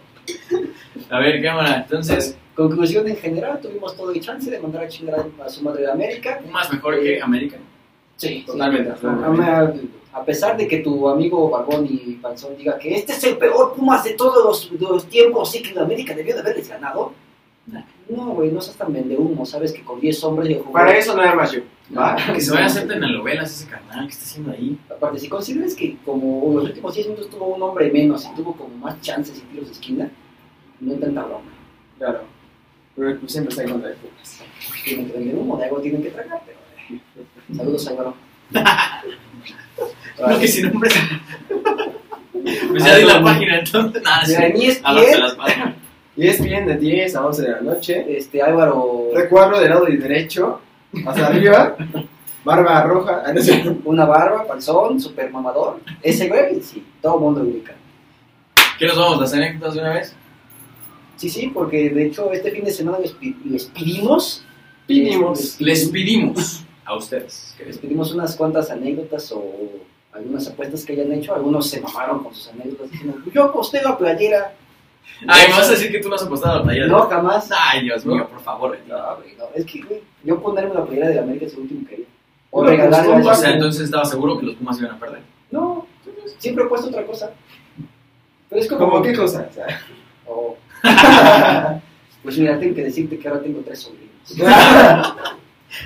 Speaker 1: A ver, cámara, entonces,
Speaker 2: Conclusión en general, tuvimos todo el chance de mandar a chingar a su madre de América.
Speaker 1: más mejor que América.
Speaker 2: Sí,
Speaker 3: Totalmente,
Speaker 2: sí. A, a pesar de que tu amigo Barbón y Panzón diga que este es el peor Pumas de todos los, de los tiempos y que la América debió de haberles ganado. No, güey, no seas tan vendehumo, sabes que con 10 hombres de jugador.
Speaker 3: Para eso nada más yo. ¿va?
Speaker 1: Que se vaya a hacer telenovelas ese canal que está haciendo ahí.
Speaker 2: Aparte, si consideras que como los últimos 10 minutos tuvo un hombre menos y tuvo como más chances y tiros de esquina, no hay tanta broma.
Speaker 3: Claro. Pero pues, siempre está en contra de Pumas.
Speaker 2: Tienen que vender humo, de algo tienen que tragar, pero. eh, Saludos, Álvaro.
Speaker 1: No, que sin nombre. Pues ya di la página, entonces. Nada, sí.
Speaker 2: De Aníes
Speaker 1: A las, a
Speaker 2: Piel,
Speaker 1: las páginas.
Speaker 3: Y es bien de 10 a 11 de la noche.
Speaker 2: este, Álvaro,
Speaker 3: Recuadro del lado derecho, hacia arriba. Barba roja. Ah, no sé.
Speaker 2: una barba, panzón, super mamador. Ese güey, sí, todo el mundo lo ubica.
Speaker 1: ¿Qué nos vamos? ¿Las anécdotas de una vez?
Speaker 2: Sí, sí, porque de hecho este fin de semana les, pi- les pedimos, eh,
Speaker 3: Pidimos.
Speaker 1: Les pedimos a ustedes. que
Speaker 2: les
Speaker 1: les-
Speaker 2: pedimos unas cuantas anécdotas o algunas apuestas que hayan hecho, algunos se mamaron con sus anécdotas diciendo, yo aposté la playera.
Speaker 1: Ay, me vas a decir que tú no has apostado a la playera.
Speaker 2: No, jamás.
Speaker 1: Ay, Dios mío,
Speaker 2: No.
Speaker 1: por favor.
Speaker 2: No, güey, no, es que, güey, yo ponerme la playera de la América es lo último que haría. O
Speaker 3: No, pues,
Speaker 2: regalarle a
Speaker 3: ¿cómo?
Speaker 1: O sea,
Speaker 2: alguien.
Speaker 1: entonces estaba seguro que los Pumas iban a perder.
Speaker 2: No, siempre he puesto otra cosa. Pero es como...
Speaker 3: ¿Cómo qué cosa? O sea,
Speaker 2: Oh. pues mira, tengo que decirte que ahora tengo tres sobrinos.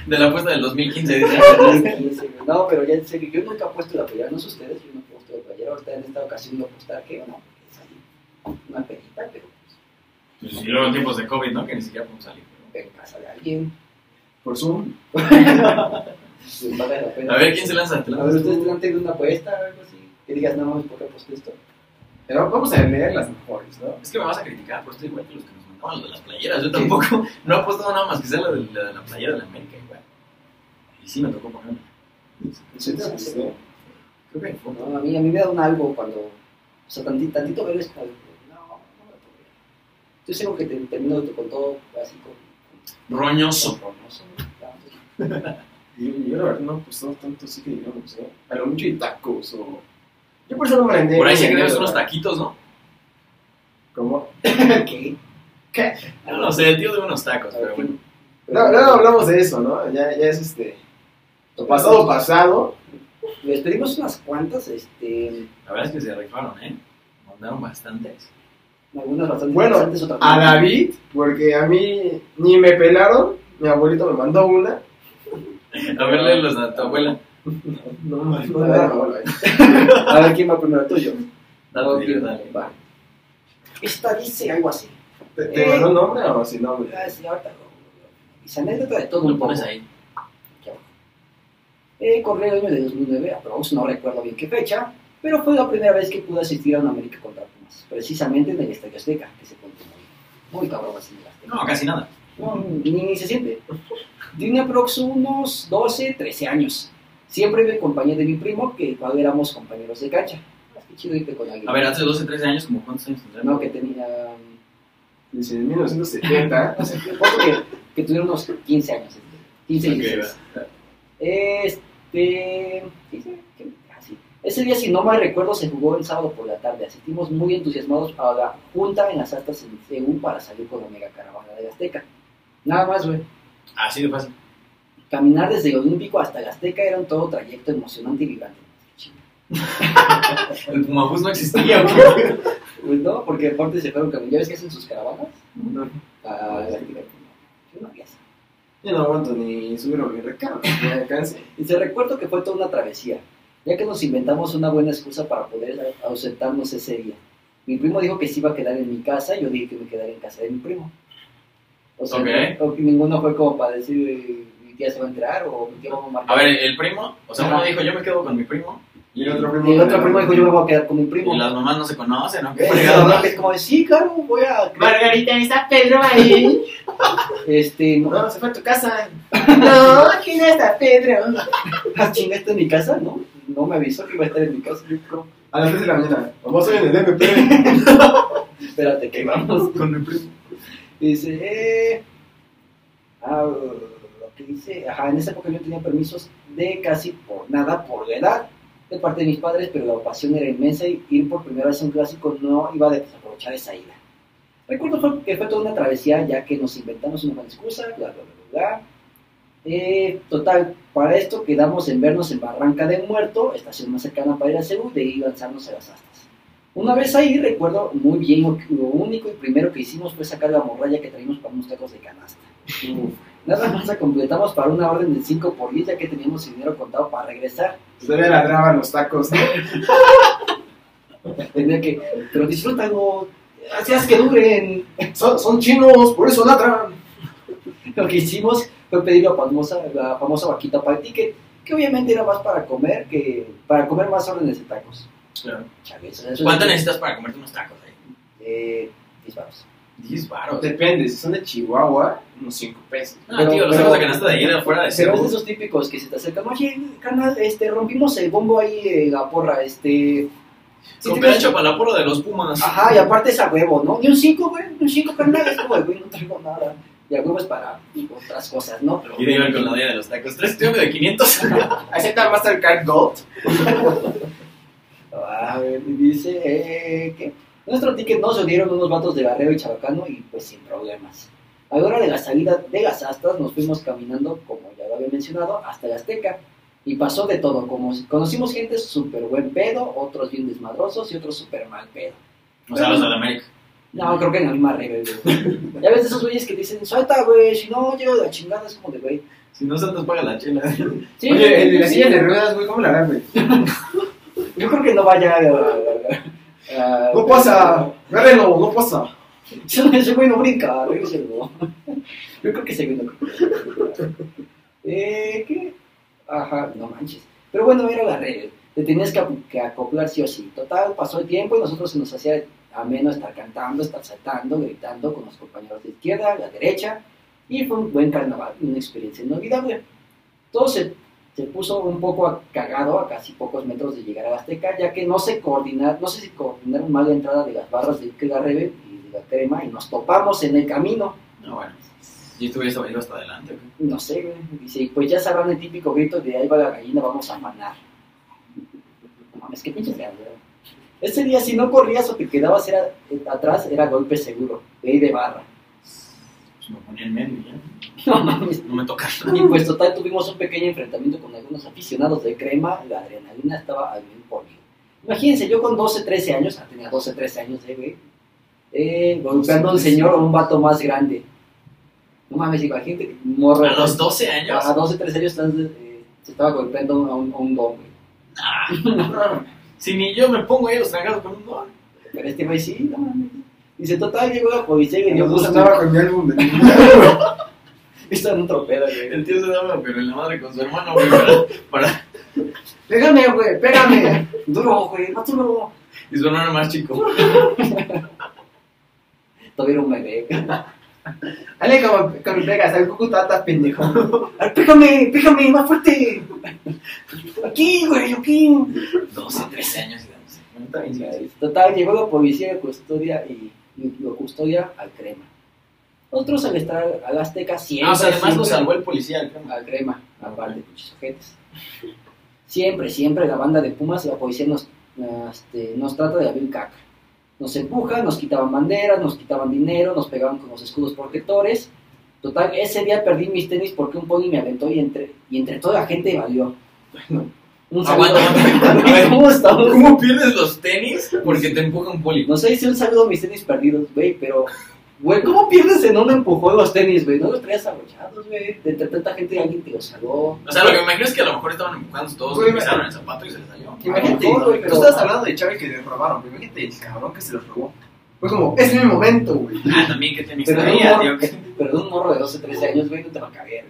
Speaker 1: De la apuesta del 2015, dice.
Speaker 2: No, pero ya en serio, yo nunca he puesto la playera, no sé ustedes, yo no he puesto la playera, ahorita en esta ocasión no apostar que no, es ahí una perita, pero
Speaker 1: Pues, y luego en tiempos de COVID, ¿no? Que ni siquiera podemos salir.
Speaker 2: en casa de alguien,
Speaker 3: por Zoom.
Speaker 2: pues vale la pena.
Speaker 1: A ver, ¿quién se lanza? ¿Te
Speaker 2: A
Speaker 1: lanzas
Speaker 2: ver,
Speaker 1: tú?
Speaker 2: ustedes te han tenido una apuesta o algo así, que digas, no, mames, ¿por qué aposté esto?
Speaker 3: Pero vamos a leer las mejores, ¿no?
Speaker 1: Es que me vas a criticar, pero estoy igual que los que nos mandaban los de las playeras. Yo tampoco, no he apostado nada más que sea la de la, de la playera de la América, igual. Y sí me tocó ponerme.
Speaker 3: Sí, sí, sí.
Speaker 1: Creo que fue.
Speaker 2: No, a mí, a mí me da un algo cuando, o sea, tantito, tantito ver es como, no, no me lo podría. Yo sé que te termino con todo así con...
Speaker 1: Roñoso.
Speaker 2: con- no sé, vamos.
Speaker 3: Y Yo la verdad no he apostado tanto, sí que digamos, ¿eh? A lo mucho y tacos o... Yo por eso no me rendí.
Speaker 1: Por ahí se crees unos taquitos, ¿no?
Speaker 3: ¿Cómo?
Speaker 2: ¿Qué?
Speaker 3: ¿Qué?
Speaker 2: Ah,
Speaker 1: No lo sé, el tío de unos tacos, pero bueno.
Speaker 3: No, no hablamos de eso, ¿no? Ya, ya es este... Lo pasado, pasado.
Speaker 2: Les pedimos unas cuantas, este,
Speaker 1: La verdad es que se rifaron, ¿eh? Mandaron bastantes.
Speaker 2: algunas bastante
Speaker 3: Bueno,
Speaker 2: interesantes, otras
Speaker 3: A
Speaker 2: no.
Speaker 3: David, porque a mí ni me pelaron. Mi abuelito me mandó una.
Speaker 1: A ver, léelos a tu abuela.
Speaker 3: No, no, no,
Speaker 2: A ver,
Speaker 3: no, no.
Speaker 2: A ver quién va primero, tuyo.
Speaker 1: Date,
Speaker 2: Ok,
Speaker 1: dale.
Speaker 2: va. Esta dice algo así.
Speaker 3: ¿Te, te mandó nombre o sin nombre?
Speaker 2: Ah, sí, ahorita lo- Dice anécdota de todo
Speaker 1: Lo
Speaker 2: un poco.
Speaker 1: pones ahí.
Speaker 2: Eh, corrí el año de 2009 a Bronx, no recuerdo bien qué fecha, pero fue la primera vez que pude asistir a un América contra Pumas, precisamente en el Estadio Azteca, que se pone muy, muy cabrón así en el Azteca.
Speaker 1: No, casi nada.
Speaker 2: No, ni, ni se siente. Tenía aprox unos 12, 13 años. Siempre me acompañé de mi primo, que igual éramos compañeros de cancha. Ah, Qué chido irte con alguien.
Speaker 1: A ver, hace 12, 13 años, como cuántos años tendremos?
Speaker 2: No, que tenía...
Speaker 3: Dice, en 1970.
Speaker 2: No sé, supongo que, que tuviera unos 15 años. este, 15 y
Speaker 1: Ok,
Speaker 2: 16. Este... sí, sí, que- ah, sí. Ese día, si no mal recuerdo, se jugó el sábado por la tarde. Asistimos muy entusiasmados a la junta en las altas en CU para salir con la mega caravana de Azteca. Nada más, güey.
Speaker 1: Así de fácil.
Speaker 2: Caminar desde el Olímpico hasta el Azteca era un todo trayecto emocionante y vibrante.
Speaker 1: El Pumabús no existía, ¿o qué?
Speaker 2: Pues no, porque aparte se fueron caminando. ¿Ya ves que hacen sus caravanas?
Speaker 3: No,
Speaker 2: A la Azteca. Yo no había esa.
Speaker 3: yo no aguanto ni subir a mi recado. Me alcance.
Speaker 2: Dice, recuerdo que fue toda una travesía, ya que nos inventamos una buena excusa para poder ausentarnos ese día. Mi primo dijo que se iba a quedar en mi casa, yo dije que me quedaría en casa de mi primo. O sea,
Speaker 1: Ok.
Speaker 2: no- o que ninguno fue como para decir, eh, mi tía se va a entrar o mi tía va a marcar.
Speaker 1: A ver, el primo, o sea, uno
Speaker 2: Ajá.
Speaker 1: dijo, yo me quedo con mi primo.
Speaker 3: Y el otro primo.
Speaker 2: Y el otro primo dijo, yo me voy a quedar con mi primo.
Speaker 1: Y las mamás no se conocen, ¿no?
Speaker 2: Eh,
Speaker 1: ¿Qué fregado, no?
Speaker 2: Es como, de, sí, claro, voy a...
Speaker 3: Margarita, ¿está Pedro ahí?
Speaker 2: Este, no,
Speaker 3: No, se fue a tu casa. No, aquí no está Pedro.
Speaker 2: ah, chinga, está en mi casa, ¿no? No me avisó que iba a estar en mi casa. Yo, como,
Speaker 3: A las 3 de la mañana. Vamos hoy en el MP.
Speaker 2: Espérate, que vamos.
Speaker 1: Con mi primo.
Speaker 2: Dice, eh, ah, lo que dice, ajá, en esa época yo tenía permisos de casi por nada por la edad de parte de mis padres, pero la pasión era inmensa y ir por primera vez a un clásico no iba a desaprovechar esa ida. Recuerdo fue- que fue toda una travesía, ya que nos inventamos una buena excusa, bla, bla, bla, bla. bla. Eh, total, para esto quedamos en vernos en Barranca del Muerto, estación más cercana para ir a Cebu, de ahí lanzarnos a las astas. Una vez ahí recuerdo muy bien lo, que- lo único y primero que hicimos fue sacar la morralla que traímos para unos tacos de canasta. Nada más la completamos para una orden de 5 por 10 ya que teníamos el dinero contado para regresar.
Speaker 3: Se le ladraban los tacos. ¿no?
Speaker 2: Tenía que, pero disfrútalo, hacías que duren.
Speaker 3: Son, son chinos, por eso ladran.
Speaker 2: Lo que hicimos fue pedir la famosa, la famosa vaquita para el ticket, que obviamente era más para comer que para comer más órdenes de tacos.
Speaker 1: Claro.
Speaker 2: Chale, eso- eso-
Speaker 1: ¿Cuánto necesitas para comerte unos tacos ahí?
Speaker 2: Eh, disparos.
Speaker 1: 10 baros.
Speaker 3: Depende, si son de Chihuahua, unos 5 pesos.
Speaker 1: No,
Speaker 2: Pero-
Speaker 1: tío, los
Speaker 2: pero-
Speaker 1: tacos de canasta de ahí de afuera de
Speaker 2: Pero es de
Speaker 1: Cebu.
Speaker 2: esos típicos que se te acercan, oye, carnal, este, rompimos el bombo ahí, eh, la porra, este... sí
Speaker 1: Con
Speaker 2: te cacho.
Speaker 1: pedacho para la
Speaker 2: Ah,
Speaker 1: porra de los Pumas.
Speaker 2: Ajá, y aparte es a huevo, ¿no? Ni un 5, güey, ni un 5, carnal, es como, güey, no traigo nada. Y a huevo es para pues, otras cosas, ¿no? Pero,
Speaker 1: Y de iban con la idea de los tacos. ¿Tres triángulos de 500?
Speaker 3: ¿Acepta Mastercard Gold?
Speaker 2: A ver, y dice eh, que nuestro ticket nos lo dieron unos vatos de Barreo y Chabacano y pues sin problemas. A la hora de la salida de las astas nos fuimos caminando, como ya lo había mencionado, hasta la Azteca. Y pasó de todo, como conocimos gente súper buen pedo, otros bien desmadrosos y otros súper mal pedo.
Speaker 1: O sea, los de la América.
Speaker 2: No, creo que en la misma regla, güey. Ya ves esos güeyes que dicen, suelta, güey, si no llego de la chingada, es como de güey.
Speaker 1: Si no saltas, paga la chela.
Speaker 2: Sí,
Speaker 3: Oye, el de la
Speaker 2: sí,
Speaker 3: silla de ruedas, güey, ¿cómo la harán, güey?
Speaker 2: Yo creo que no vaya a... a- a-
Speaker 3: No pasa, agárrenlo, no pasa.
Speaker 2: Yo no, ese güey no brinca, revísenlo. Yo creo que ese güey no Eh, ¿qué? Ajá, no manches. Pero bueno, era la red. Te tenías que, ap- que acoplar sí o sí. Total, pasó el tiempo y nosotros se nos hacía ameno estar cantando, estar saltando, gritando con los compañeros de izquierda, la derecha. Y fue un buen carnaval, una experiencia inolvidable. Todo se, se puso un poco a- cagado a casi pocos metros de llegar a la Azteca, ya que no se coordinar, no sé si coordinaron mal la entrada de las barras de Izquierda Rebel y de la crema y nos topamos en el camino.
Speaker 1: No, bueno. Y tú hubieras venido hasta adelante. güey.
Speaker 2: No sé, güey. Dice, y pues ya sabrán el típico grito de ahí va la gallina, vamos a manar. No mames, qué pinche real, güey. Ese día, si no corrías o te quedabas era- eh, atrás, era golpe seguro, ley de barra.
Speaker 1: Pues me ponía en medio y ya.
Speaker 2: No mames.
Speaker 1: No me tocas.
Speaker 2: Y pues total, tuvimos un pequeño enfrentamiento con algunos aficionados de crema, la adrenalina estaba al mil por mil. Imagínense, yo con 12, 13 años, ah, tenía 12, 13 años, eh, güey, eh, golpeando a un señor o un vato más grande. No mames, imagínate, morro.
Speaker 1: ¿A los 12 años?
Speaker 2: A 12, 13 años estás, eh, se estaba golpeando a un, a un don, güey.
Speaker 1: Si ni yo me pongo ahí los tragados con un gol.
Speaker 2: Pero este güey sí, no mames. Dice, total, llegó la policía y me dio
Speaker 3: Yo
Speaker 2: gusto.
Speaker 3: estaba con mi álbum de
Speaker 2: Esto en un tropedo, güey.
Speaker 1: El tío se daba, pero en la madre con su hermano, güey. Para, para-
Speaker 3: Pégame, güey, pégame.
Speaker 2: Duro, güey, más duro.
Speaker 1: Y su hermano más chico.
Speaker 2: Todavía era un bebé.
Speaker 3: Dale como con mi pegas, al cucutatas, pendejo.
Speaker 2: ¡Ay, pégame, pégame, más fuerte! Aquí, güey, aquí.
Speaker 1: 12, 13 años y dándose cuenta. y dices,
Speaker 2: Total, llegó la policía de custodia y, y lo custodia al crema. Otros al estar al Azteca siempre.
Speaker 1: Ah, o sea, además lo
Speaker 2: siempre-
Speaker 1: salvó el policía. el crema.
Speaker 2: al crema, al par de pinches ojetes. Siempre, siempre la banda de Pumas, la policía nos, este, nos trata de abrir caca. Nos empujan, nos quitaban banderas, nos quitaban dinero, nos pegaban con los escudos protectores. Total, ese día perdí mis tenis porque un pony me aventó y entre, y entre toda la gente valió. Bueno, un saludo.
Speaker 1: Aguanta, aguanta. A ver.
Speaker 2: ¿Cómo estamos?
Speaker 1: ¿Cómo pierdes los tenis? Porque te empuja un poli.
Speaker 2: No sé si un saludo a mis tenis perdidos, güey, pero, güey, ¿cómo pierdes en un empujón los tenis, güey? No los traías abrochados, güey. De entre tanta gente alguien te los salvó.
Speaker 1: O sea, lo que me imagino es que a lo mejor estaban empujando todos,
Speaker 3: Güey,
Speaker 1: le pisaron el zapato y se les salió.
Speaker 3: Imagínate,
Speaker 2: Mejor, güey,
Speaker 3: tú
Speaker 2: pero-
Speaker 3: estabas hablando de Chávez que le robaron, pero imagínate el cabrón que se los robó. Fue como, es mi momento, güey.
Speaker 1: Ah, también que tenis
Speaker 2: Pero de, un
Speaker 1: traía,
Speaker 2: morro,
Speaker 1: tío.
Speaker 2: pero de un morro de 12, 13 años, güey, no te va a caber.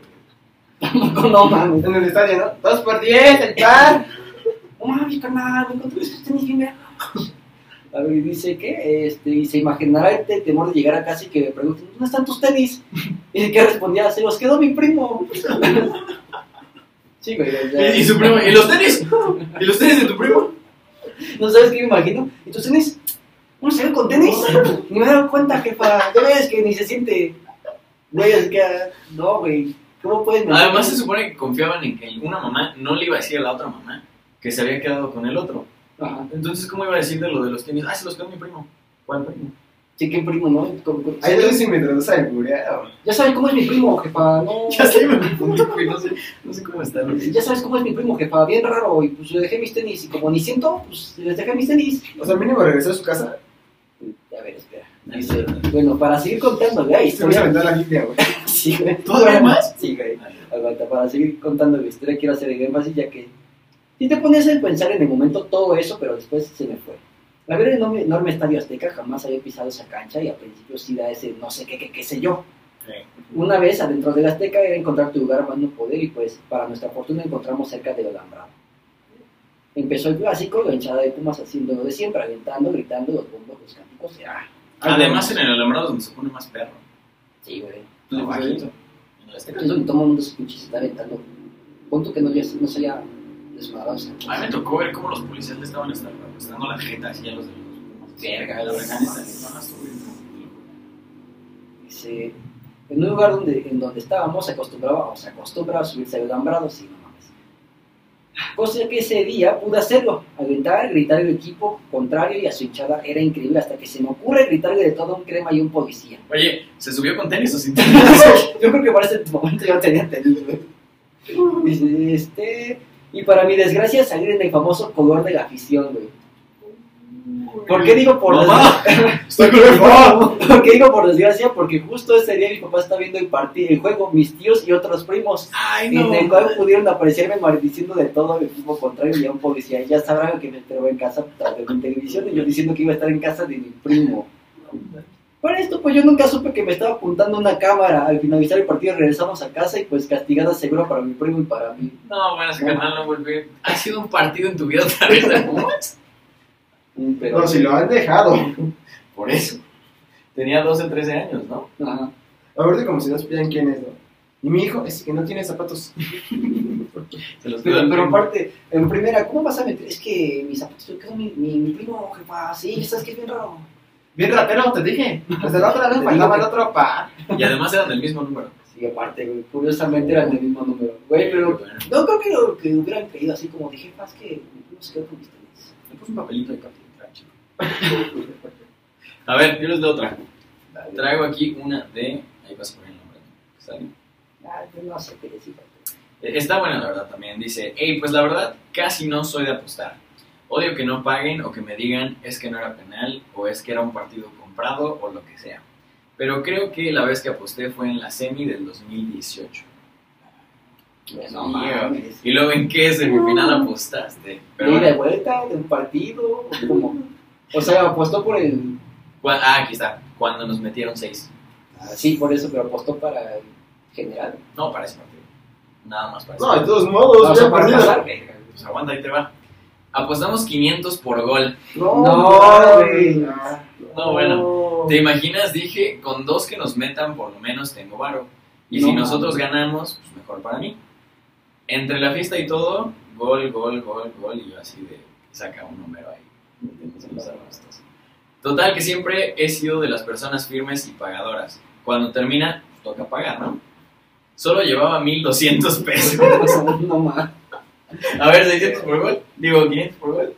Speaker 2: Tampoco, no mames.
Speaker 3: En el estadio, ¿no? Dos por diez, el par.
Speaker 2: No mames, carnal, me encontré estos tenis bien vergas. A ver, dice que, este, y se imaginará el te- temor de llegar a casa y que me pregunten, ¿dónde están tus tenis? Y que respondía, se los quedó mi primo. Sí, güey, o sea,
Speaker 1: Y, y su primo, ¿y los tenis? ¿Y los tenis de tu primo?
Speaker 2: ¿No sabes qué me imagino? ¿Y tus tenis? ¿Uno se ve con tenis? Ni me he dado cuenta, jefa. Ya ves que ni se siente. Güey, es que, ah, no, güey. ¿Cómo puedes mentir?
Speaker 1: Además, se supone que confiaban en que una mamá no le iba a decir a la otra mamá que se había quedado con el otro.
Speaker 2: Ajá.
Speaker 1: Entonces, ¿cómo iba a decir de lo de los tenis? Ah, se los quedó mi primo. ¿Cuál primo?
Speaker 2: Sí, que primo, ¿no? Como- como-
Speaker 3: Ahí lo hice mientras lo salbureaba.
Speaker 2: Ya sabes cómo es mi primo, jefa. No.
Speaker 1: Ya sé, me confundí, güey, no sé, no sé cómo está. güey.
Speaker 2: Ya sabes cómo es mi primo, jefa. Bien raro. Y pues le dejé mis tenis. Y como ni siento, pues les dejé mis tenis.
Speaker 3: O sea, mínimo regresó a su casa.
Speaker 2: A ver, espera. Dice, bueno, para seguir contando la
Speaker 3: Se me a
Speaker 2: historia.
Speaker 3: aventar la Biblia, güey.
Speaker 2: Sí, güey.
Speaker 1: ¿Todavía más?
Speaker 2: Sí, güey. Aguanta, para seguir contando la historia, quiero hacer el énfasis ya que. Si te pones a pensar en el momento todo eso, pero después se me fue. La verdad, el enorme, enorme estadio Azteca jamás había pisado esa cancha y al principio sí da ese no sé qué, qué, qué sé yo. Una vez adentro del Azteca era encontrar tu lugar más no poder y pues para nuestra fortuna encontramos cerca del alambrado. Empezó el clásico, la hinchada de Pumas haciendo lo de siempre, alentando, gritando, los bombos, los cánticos, y, ah,
Speaker 1: Además, en el alambrado es donde se pone más perro.
Speaker 2: sí, güey.
Speaker 1: Lo bajito. Este
Speaker 3: bajito.
Speaker 1: En el Azteca.
Speaker 2: Es donde todo el mundo se pinche se está aventando. Punto que no, haya- no se haya desmadrado. o sea,
Speaker 1: A mí me tocó ver cómo los policías le estaban hasta- arrastrando la jeta así a los de los Pumas.
Speaker 2: Verga,
Speaker 1: la
Speaker 2: sí.
Speaker 1: verga neta, estaban hasta-
Speaker 2: Dice, en un lugar donde, en donde estábamos se acostumbraba, o se acostumbra a subirse al alambrado, sí, no mames. Cosa que ese día pude hacerlo, aventar, gritar al equipo contrario y a su hinchada era increíble hasta que se me ocurre gritarle de todo a un crema y un policía.
Speaker 1: Oye, ¿se subió con tenis o sin tenis?
Speaker 2: Yo creo que para ese momento yo tenía tenis, güey. Dice, Este, y para mi desgracia salir en el famoso color de la afición, güey. ¿Por qué digo por
Speaker 1: Mamá, Estoy con el favor.
Speaker 2: ¿Por qué digo por desgracia? Porque justo ese día mi papá está viendo el partido, el juego, mis tíos y otros primos.
Speaker 1: Ay,
Speaker 2: En
Speaker 1: no.
Speaker 2: el cual pudieron aparecerme maldiciendo de todo el equipo contrario y a un policía. Y ya sabrán que me entregó en casa tras de mi televisión y yo diciendo que iba a estar en casa de mi primo. Para esto, pues yo nunca supe que me estaba apuntando una cámara. Al finalizar el partido regresamos a casa y pues castigada segura para mi primo y para mí.
Speaker 1: No, bueno, ese canal no volví. ¿Ha sido un partido en tu vida otra vez de Pumas?
Speaker 2: Mm, Pero,
Speaker 3: No, si lo han dejado.
Speaker 1: Por eso. Tenía 12, 13 años, ¿no?
Speaker 2: Ajá.
Speaker 3: Ahorita como si no supieran quién es, ¿no? Y mi hijo es que no tiene zapatos.
Speaker 1: Se los
Speaker 2: Pero,
Speaker 1: pido.
Speaker 2: pero aparte, en primera, ¿cómo vas a meter? Es que mis zapatos que mi, mi, mi primo, jefa, sí, sabes que es bien raro.
Speaker 3: Bien ratero, te dije. Desde la otra vez
Speaker 2: Te
Speaker 3: faltaba el
Speaker 2: digo.
Speaker 3: otro par.
Speaker 1: Y además eran del mismo número.
Speaker 2: Sí, aparte, güey, curiosamente eran del mismo número. Güey, pero
Speaker 1: Bueno,
Speaker 2: no creo que, lo, que hubieran creído así como dije, más que mi primo se quedó con mis tenis.
Speaker 1: le puse Pues un papelito de Capitán Tracho. A ver, yo les doy otra. Traigo aquí una de. Ahí vas a poner el nombre. ¿Sale?
Speaker 2: Ah, yo no sé qué decir.
Speaker 1: Eh, Está buena la verdad también. Dice, hey, pues la verdad casi no soy de apostar. Odio que no paguen o que me digan es que no era penal o es que era un partido comprado o lo que sea. Pero creo que la vez que aposté fue en la semi del 2018.
Speaker 2: No
Speaker 1: Sí,
Speaker 2: mames.
Speaker 1: Y luego en qué semifinal apostaste. Pero
Speaker 2: ¿De ida y
Speaker 1: bueno,
Speaker 2: vuelta de un partido? ¿Cómo? O sea, apostó por el.
Speaker 1: cua- ah, aquí está. Cuando nos metieron seis.
Speaker 2: Ah, sí, por eso, pero apostó para el general.
Speaker 1: No para ese partido. Nada más para ese
Speaker 3: No, de
Speaker 1: partido.
Speaker 3: todos modos,
Speaker 2: o sea,
Speaker 3: bien
Speaker 2: para
Speaker 3: perdido.
Speaker 2: pasar.
Speaker 1: Pues aguanta, ahí te va. Apostamos 500 por gol.
Speaker 3: No,
Speaker 2: No, güey.
Speaker 3: no.
Speaker 1: No, bueno.
Speaker 3: No.
Speaker 1: ¿Te imaginas? Dije, con dos que nos metan, por lo menos tengo varo. Y
Speaker 2: No
Speaker 1: si
Speaker 2: mames.
Speaker 1: nosotros ganamos, pues mejor para mí. Entre la fiesta y todo, gol, gol, gol, gol. Y yo así de, saca un número ahí. metemos en los arbustos. Total, que siempre he sido de las personas firmes y pagadoras. Cuando termina, pues, toca pagar, ¿no? Solo llevaba 1200 pesos.
Speaker 2: no mames.
Speaker 1: A ver, 600 por gol. Digo, 500 por gol.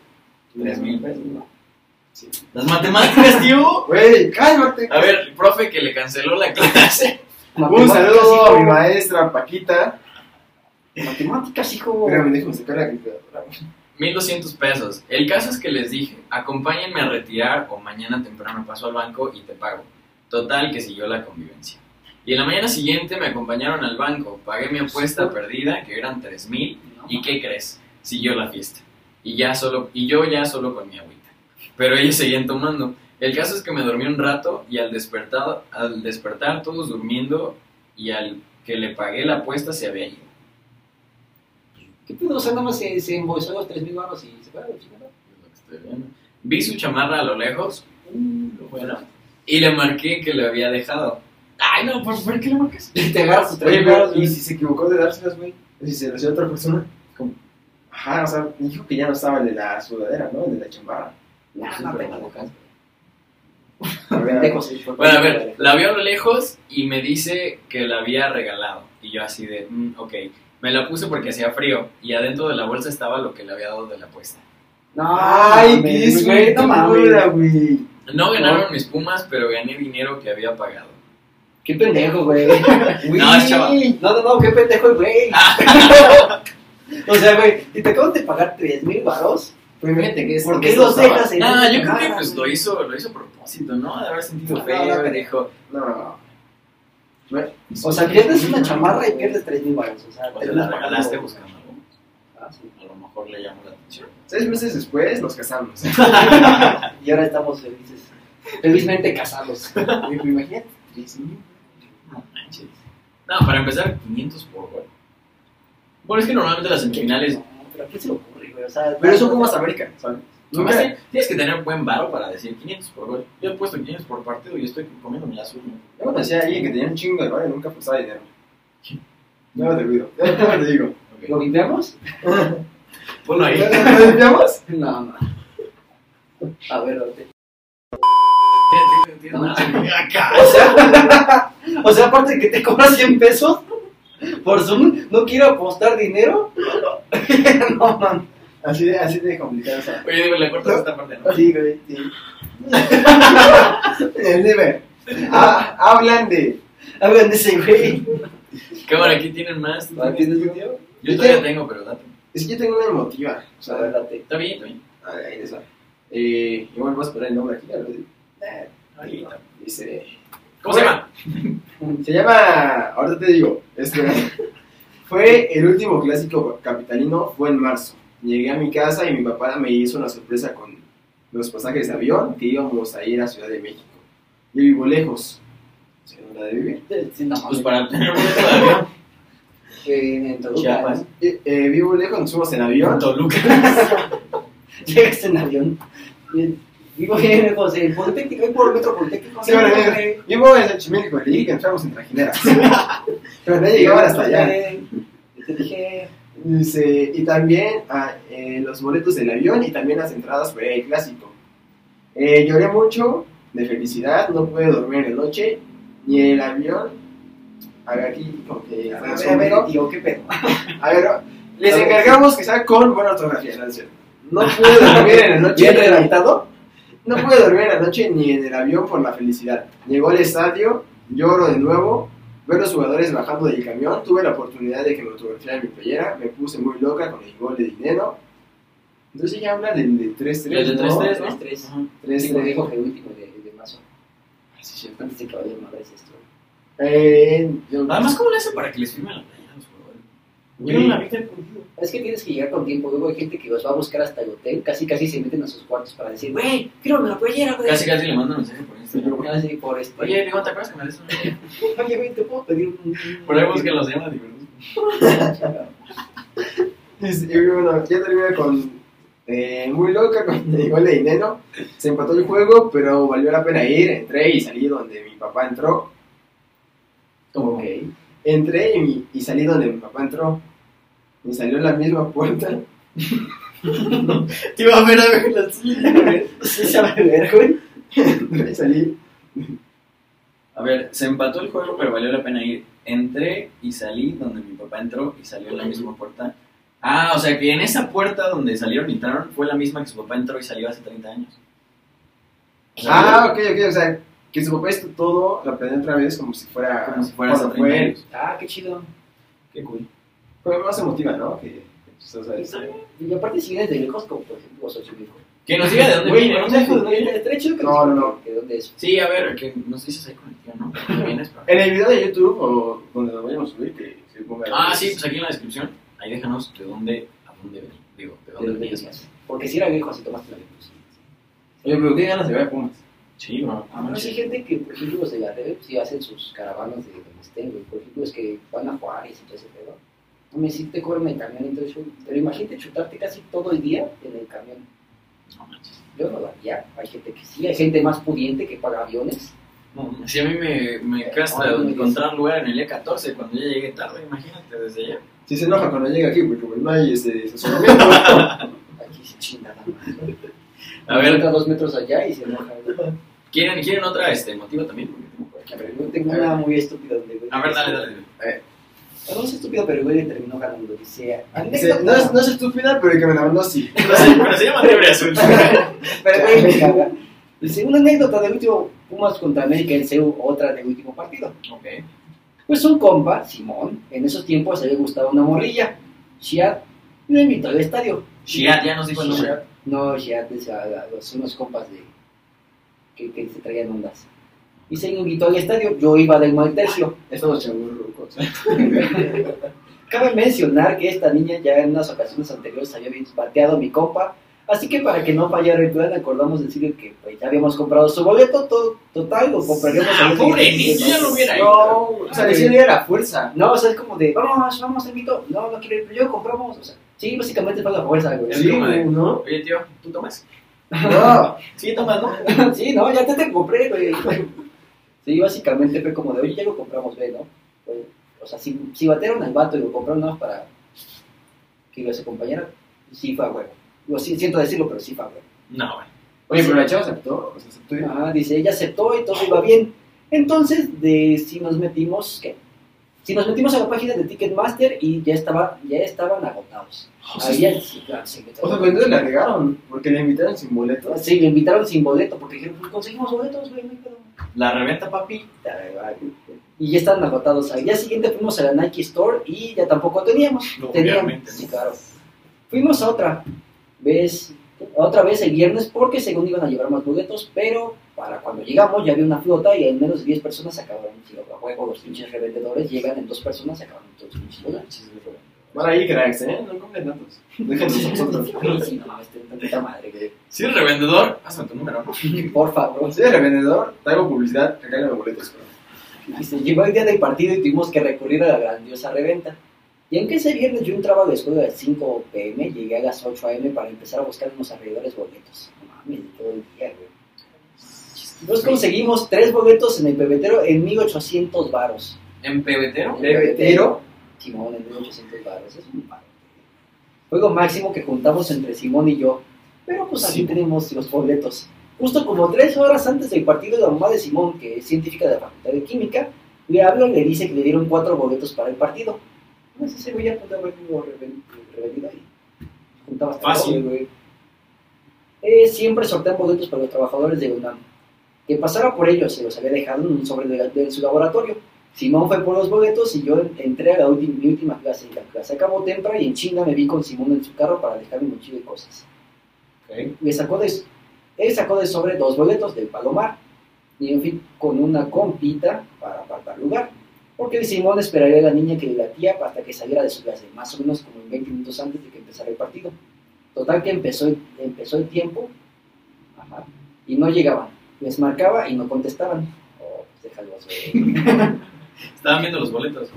Speaker 1: 3000 pesos, ¿no?
Speaker 3: Sí.
Speaker 1: Las matemáticas, tío.
Speaker 3: Güey, cálmate.
Speaker 1: A ver, profe que le canceló la clase.
Speaker 3: Un saludo a mi
Speaker 2: madre.
Speaker 3: maestra Paquita.
Speaker 2: Matemáticas, hijo.
Speaker 3: Espérame, déjame sacar la calculadora.
Speaker 1: 1200 pesos. El caso es que les dije, acompáñenme a retirar o mañana temprano paso al banco y te pago. Total que siguió la convivencia. Y en la mañana siguiente me acompañaron al banco, pagué mi apuesta perdida, que eran 3000, y ¿qué crees? Siguió la fiesta. Y, ya solo, y yo ya solo con mi agüita. Pero ellos seguían tomando. El caso es que me dormí un rato y al despertar, al despertar todos durmiendo y al que le pagué la apuesta se había ido.
Speaker 2: ¿Qué pedo? O sea, nada más se, se embolsó los 3.000 baros y se fue a la chingada.
Speaker 1: Es lo que estoy viendo. Vi su chamarra a lo lejos. Uh, Bueno. Y le marqué que le había dejado. Ay, no, ¿por, por qué le marcas?
Speaker 2: Y te agarras sus
Speaker 3: Oye,
Speaker 2: 3.000
Speaker 3: pero,
Speaker 2: baros.
Speaker 3: ¿y
Speaker 2: güey.
Speaker 3: si se equivocó de dárselas, güey? ¿Y si se las dio a otra persona?
Speaker 1: ¿Cómo?
Speaker 3: Ajá, o sea, me dijo que ya no estaba el de la sudadera, ¿no? El de la chamarra.
Speaker 1: Ah,
Speaker 2: Nah, no, pendejas.
Speaker 3: A ver,
Speaker 2: Pendejos, sí, porque-
Speaker 1: Bueno, a ver, la vio a lo lejos y me dice que la había regalado. Y yo así de, mm, ok. Me la puse porque hacía frío y adentro de la bolsa estaba lo que le había dado de la apuesta.
Speaker 2: No,
Speaker 3: Ay,
Speaker 2: mames,
Speaker 3: qué
Speaker 2: güey, no
Speaker 3: suerte,
Speaker 2: mames.
Speaker 3: güey.
Speaker 1: No ganaron mis pumas, pero gané dinero que había pagado.
Speaker 2: Qué pendejo, güey.
Speaker 1: No, es chava. Ah.
Speaker 2: No, no, no, qué pendejo, güey. o sea, güey, si te acaban de pagar 3.000 baros, pues imagínate que es. ¿Por qué
Speaker 3: que
Speaker 2: los
Speaker 3: eso estaba-
Speaker 2: dejas en
Speaker 1: No, Pues, yo
Speaker 2: esa
Speaker 1: creo que
Speaker 2: mamada,
Speaker 1: pues lo
Speaker 2: güey?
Speaker 1: hizo, lo hizo a propósito, ¿no? De haber sentido
Speaker 2: No,
Speaker 1: feo,
Speaker 2: no, no.
Speaker 1: dijo.
Speaker 3: No.
Speaker 2: O sea, pierdes una chamarra y pierdes 3.000 baros. O sea,
Speaker 1: O
Speaker 2: te
Speaker 1: te
Speaker 2: andas
Speaker 1: Pues, la
Speaker 2: pagando-
Speaker 1: regalaste buscando algo.
Speaker 2: Ah, sí.
Speaker 1: A lo mejor le llamó la atención.
Speaker 3: Seis meses después nos casamos.
Speaker 2: Y ahora estamos felices. Felizmente casados.
Speaker 3: Güey, pero Imagínate, tres mil.
Speaker 1: No manches. No, para empezar, 500 por gol. Bueno, es que normalmente las semifinales.
Speaker 2: No, pero ¿a quién se le ocurre, güey? O sea,
Speaker 3: Pero eso Pumas América, ¿sabes?
Speaker 1: Nomás te- tienes que tener buen varo para decir 500 por gol. Yo he puesto 500 por partido y estoy comiendo mi azul.
Speaker 3: Yo conocí a alguien que tenía un chingo de barrio y nunca pasaba dinero. No lo olvido. No te digo.
Speaker 2: ¿Lo vivemos?
Speaker 1: Ponlo ahí.
Speaker 3: ¿Lo desviamos?
Speaker 2: No, no. A ver, date.
Speaker 3: entiendo.
Speaker 1: Acá.
Speaker 2: O sea, o sea, aparte de que te cobras 100 pesos por Zoom, no quiero apostar dinero. no, man.
Speaker 3: Así de, así de complicado, o sea.
Speaker 1: Oye, dime, le cortas esta parte, ¿no?
Speaker 3: Sí, güey, sí. Eh, Dime, ha- hablan de.
Speaker 2: Hablan de ese güey.
Speaker 1: Cámara, aquí tienen más.
Speaker 2: ¿No ¿Entiendes, video?
Speaker 1: Yo todavía tengo, pero date.
Speaker 3: Es que yo tengo una emotiva. O
Speaker 2: A
Speaker 3: sea,
Speaker 2: ver, date.
Speaker 1: Está bien, está bien.
Speaker 3: a ver, ahí les va. Eh, igual voy a esperar el nombre aquí, ya lo digo. Eh, ahí va. Dice.
Speaker 1: ¿Cómo se llama?
Speaker 3: Se llama, ahorita te digo, este, fue el último clásico capitalino, fue en marzo. Llegué a mi casa y mi papá me hizo una sorpresa con los pasajes de avión que íbamos a ir a Ciudad de México. Yo vivo lejos, no sé dónde ha de vivir.
Speaker 2: Sí, no,
Speaker 1: Pues para tener boleto de avión.
Speaker 2: en, en Toluca,
Speaker 1: Chiapas.
Speaker 2: ¿no?
Speaker 3: Eh, eh, vivo lejos, nos fuimos en avión.
Speaker 1: Toluca.
Speaker 2: Llegas este en avión. Bien. Vivo bien, José. El Politécnico, ahí por el metro Politécnico.
Speaker 3: Sí, bueno, eh, vivo en Xochimilco, le dije que entramos en trajineras. Pero no llegaban hasta allá.
Speaker 2: Te dije,
Speaker 3: Dice, y también ah, eh, los boletos del avión y también las entradas fue el clásico. Eh, lloré mucho de felicidad, no pude dormir en la noche, ni el avión. A ver, aquí como que...
Speaker 2: a ver, a ver, tío, qué pedo.
Speaker 3: A ver, les
Speaker 2: A ver.
Speaker 3: encargamos que sea con buena ortografía, no es cierto. No pude dormir en la noche.
Speaker 2: Bien redactado.
Speaker 3: No pude dormir en la noche ni en el avión por la felicidad. Llegó al estadio, lloro de nuevo, veo a los jugadores bajando del camión, tuve la oportunidad de que me autografiaran mi playera, me puse muy loca con el gol de dinero. Entonces ya habla del de 3-3.
Speaker 1: Del de 3-3, ¿no?
Speaker 2: Tres, tres.
Speaker 1: Ajá.
Speaker 2: Digo,
Speaker 3: 3-3.
Speaker 2: dijo que el último de, de mazo.
Speaker 1: Sí, sí.
Speaker 2: Antes de que vaya a madre esto.
Speaker 3: Eh, yo-
Speaker 1: Además, ¿cómo le hacen para que les firmen la playa a los jugadores? Yo no
Speaker 3: Güey,
Speaker 1: la vi tan contigo.
Speaker 2: Es que tienes que llegar con tiempo. Luego hay gente que los va a buscar hasta el hotel. Casi, casi se meten a sus cuartos para decir, güey, fírmame la playera, güey.
Speaker 1: Casi, casi le mando un mensaje por Instagram.
Speaker 2: Casi por este.
Speaker 1: Oye, Vigón, ¿te acuerdas que me des una idea?
Speaker 2: Oye, güey, ¿te puedo pedir un...?
Speaker 1: Por ahí busquen los llamas diversos.
Speaker 3: Dice, y bueno, ya termina con eh, muy loca con el gol de dinero. Se empató el juego, pero valió la pena ir. Entré y salí donde mi papá entró.
Speaker 2: Ok.
Speaker 3: Entré y, y salí donde mi papá entró. Me salió en la misma puerta.
Speaker 1: Te iba a ver a ver las
Speaker 2: Sí, sabe ver, güey.
Speaker 3: Entré y salí.
Speaker 1: A ver, se empató el juego, pero valió la pena ir. Entré y salí donde mi papá entró y salió en la misma puerta. Ah, o sea que en esa puerta donde salieron y entraron fue la misma que su papá entró y salió hace 30 años.
Speaker 3: Ah, ok, ok. O sea, que su papá hizo todo, la planeó otra vez como si fuera.
Speaker 1: Como si fuera hace
Speaker 3: cuando
Speaker 1: 30
Speaker 3: fue,
Speaker 1: años.
Speaker 2: Ah, qué chido.
Speaker 1: Qué cool.
Speaker 3: fue más emotiva, ¿no? Que, pues, o sea,
Speaker 2: Y aparte si vienes de lejos, como por ejemplo Xochimilco.
Speaker 1: Que nos diga de dónde
Speaker 3: Güey,
Speaker 1: viene.
Speaker 3: ¿de
Speaker 1: ¿no?
Speaker 3: dónde
Speaker 1: ¿De dónde-
Speaker 2: Estaría chido que
Speaker 3: No,
Speaker 2: nos-
Speaker 3: no, no.
Speaker 2: que dónde es?
Speaker 1: Sí, a ver, que nos dices ahí con el tío, ¿no? ¿Dónde vienes? Pero-
Speaker 3: En el video de YouTube o donde lo vayamos a subir, que se ponga.
Speaker 1: Ah, sí, pues aquí en la descripción. Ahí déjanos de dónde, a dónde venimos. Digo, de
Speaker 2: ¿De
Speaker 1: dónde
Speaker 2: dónde
Speaker 1: vienes.
Speaker 2: es? Porque si era viejo, así tomaste la luz.
Speaker 3: Oye, pero qué ganas de ver a Pumas.
Speaker 1: Sí, no.
Speaker 2: Ah, no, sí, hay gente que, por ejemplo, los de la TV, sí hacen sus caravanas de donde estén, güey. Por ejemplo, es que van a Juárez y todo ese pedo. No me sí te cobran el camión, entonces yo- Pero imagínate chutarte casi todo el día en el camión.
Speaker 1: No manches.
Speaker 2: Yo no lo haría. Hay gente que sí, hay gente más pudiente que paga aviones.
Speaker 1: No, Si a mí me, me castra
Speaker 2: Ahora me
Speaker 1: encontrar lugar en el E14 cuando yo llegué tarde, imagínate desde allá.
Speaker 3: Sí se enoja cuando llega aquí porque pues, no hay este estacionamiento.
Speaker 2: Aquí se chingada más.
Speaker 1: A ver,
Speaker 2: Entra dos metros allá y se enoja. güey.
Speaker 1: ¿Quieren, ¿quieren otra este, motivo también? Porque tengo por aquí.
Speaker 2: A ver, yo tengo una muy estúpida donde, güey.
Speaker 1: A ver, dale, dale.
Speaker 2: No es estúpida, pero el güey le terminó ganando. Dice,
Speaker 3: Dice, no, es, no es estúpida, pero el que me la mandó sí.
Speaker 1: No sé, pero se llama Liebre Azul.
Speaker 2: Pero güey, me caga. Dice, una anécdota del último Pumas contra América en CEU, otra del último partido.
Speaker 1: ok.
Speaker 2: Pues un compa, Simón, en esos tiempos se le gustaba una morrilla. Shiat lo invitó al estadio.
Speaker 1: Shiat, ya nos dijo el nombre.
Speaker 2: No, Shiat es a- a los- unos compas de que, que se traían ondas. Y se le invitó al estadio, yo iba del mal tercio.
Speaker 3: Estamos chaburrucos.
Speaker 2: Cabe mencionar que esta niña ya en unas ocasiones anteriores había bateado a mi compa, así que para que no fallara el plan acordamos decirle que pues, ya habíamos comprado su boleto to- total, lo compraríamos
Speaker 1: Ah,
Speaker 2: al
Speaker 1: pobre
Speaker 2: día siguiente.
Speaker 1: niña, ya lo hubiera ido.
Speaker 3: No, o sea, decirle a la fuerza.
Speaker 2: No, o sea, es como de, vamos, vamos, invito, no, no quiero ir, pero yo compramos, o sea, sí, básicamente fue la fuerza, güey.
Speaker 1: Es Sí. como de-
Speaker 3: ¿no?
Speaker 1: Oye, tío, ¿tú tomas?
Speaker 3: No.
Speaker 1: Sí, tomas, ¿no?
Speaker 2: Sí, no, ya te, te compré, güey. Sí, básicamente fue como de, oye, ya lo compramos, ve, ¿no? Güey, O sea, si, si batearon al vato y lo compraron nada más para que los acompañara, sí fue a huevo. Digo, sí, siento decirlo, pero sí fue a huevo.
Speaker 1: No, bueno.
Speaker 3: Oye, pero la chava aceptó, o sea, aceptó. ir.
Speaker 2: Ajá, Ah, dice, ella aceptó y todo iba bien. Entonces, de si nos metimos, ¿qué? Si nos metimos a la página de Ticketmaster y ya, estaba, ya estaban agotados.
Speaker 3: O sea,
Speaker 2: Había- sí, claro, sí,
Speaker 3: O sea, pero entonces la negaron, porque la invitaron sin boletos.
Speaker 2: Sí, me invitaron sin boleto porque dijeron, pues conseguimos boletos, güey, no hay pedo.
Speaker 1: La reventa, papi.
Speaker 2: Y ya estaban agotados. Al día siguiente fuimos a la Nike Store y ya tampoco teníamos.
Speaker 1: No,
Speaker 2: Teníamos,
Speaker 1: obviamente,
Speaker 2: sí,
Speaker 1: ¿no?
Speaker 2: claro. Fuimos a otra vez, otra vez el viernes porque según iban a llevar más boletos, pero para cuando llegamos ya había una flota y al menos 10 personas se acabaron. Si a huevo los pinches revendedores llegan en dos personas, se acabaron todos los pinches boletos.
Speaker 3: Van ahí, cracks, ¿eh? No compren tantos. Déjenlos a nosotros.
Speaker 2: Sí, no mames, tengo tanta madre, güey.
Speaker 1: Si eres revendedor, pásame tu número.
Speaker 2: Por favor.
Speaker 3: Si eres revendedor, traigo publicidad, regálame boletos. cabrón.
Speaker 2: Dice, llegó el día del partido y tuvimos que recurrir a la grandiosa reventa. Y aunque ese viernes yo entraba a la escuela a las 5 pm, llegué a las 8 am para empezar a buscar en los alrededores boletos. No mames, todo el día, güey. Nos conseguimos tres boletos en el pebetero en 1800 varos.
Speaker 1: ¿En pebetero?
Speaker 3: Pebetero.
Speaker 2: Simón, en 1800 varos, es un varo. Fue lo máximo que juntamos entre Simón y yo. Pero pues así
Speaker 3: Sí.
Speaker 2: tenemos los boletos. Justo como tres horas antes del partido, la mamá de Simón, que es científica de la Facultad de Química, le habla y le dice que le dieron cuatro boletos para el partido. No sé si voy a poner algo reven- revendido ahí. Juntabas
Speaker 3: Fácil.
Speaker 2: güey. Eh, siempre sortean boletos para los trabajadores de UNAM. Que pasara por ellos, se los había dejado en un sobre de, de su laboratorio. Simón fue por los boletos y yo entré a la última, mi última clase. Y la clase acabó temprano y en chinga me vi con Simón en su carro para dejar mi mochila y cosas
Speaker 3: Ok.
Speaker 2: le sacó de, él sacó de sobre dos boletos del Palomar. Y en fin, con una compita para apartar lugar. Porque el Simón esperaría a la niña que le latía hasta que saliera de su clase, más o menos como en 20 minutos antes de que empezara el partido. Total que empezó, el- empezó el tiempo ajá, y no llegaban. Les marcaba y no contestaban. Oh, pues déjalos, güey.
Speaker 1: Estaban viendo los boletos.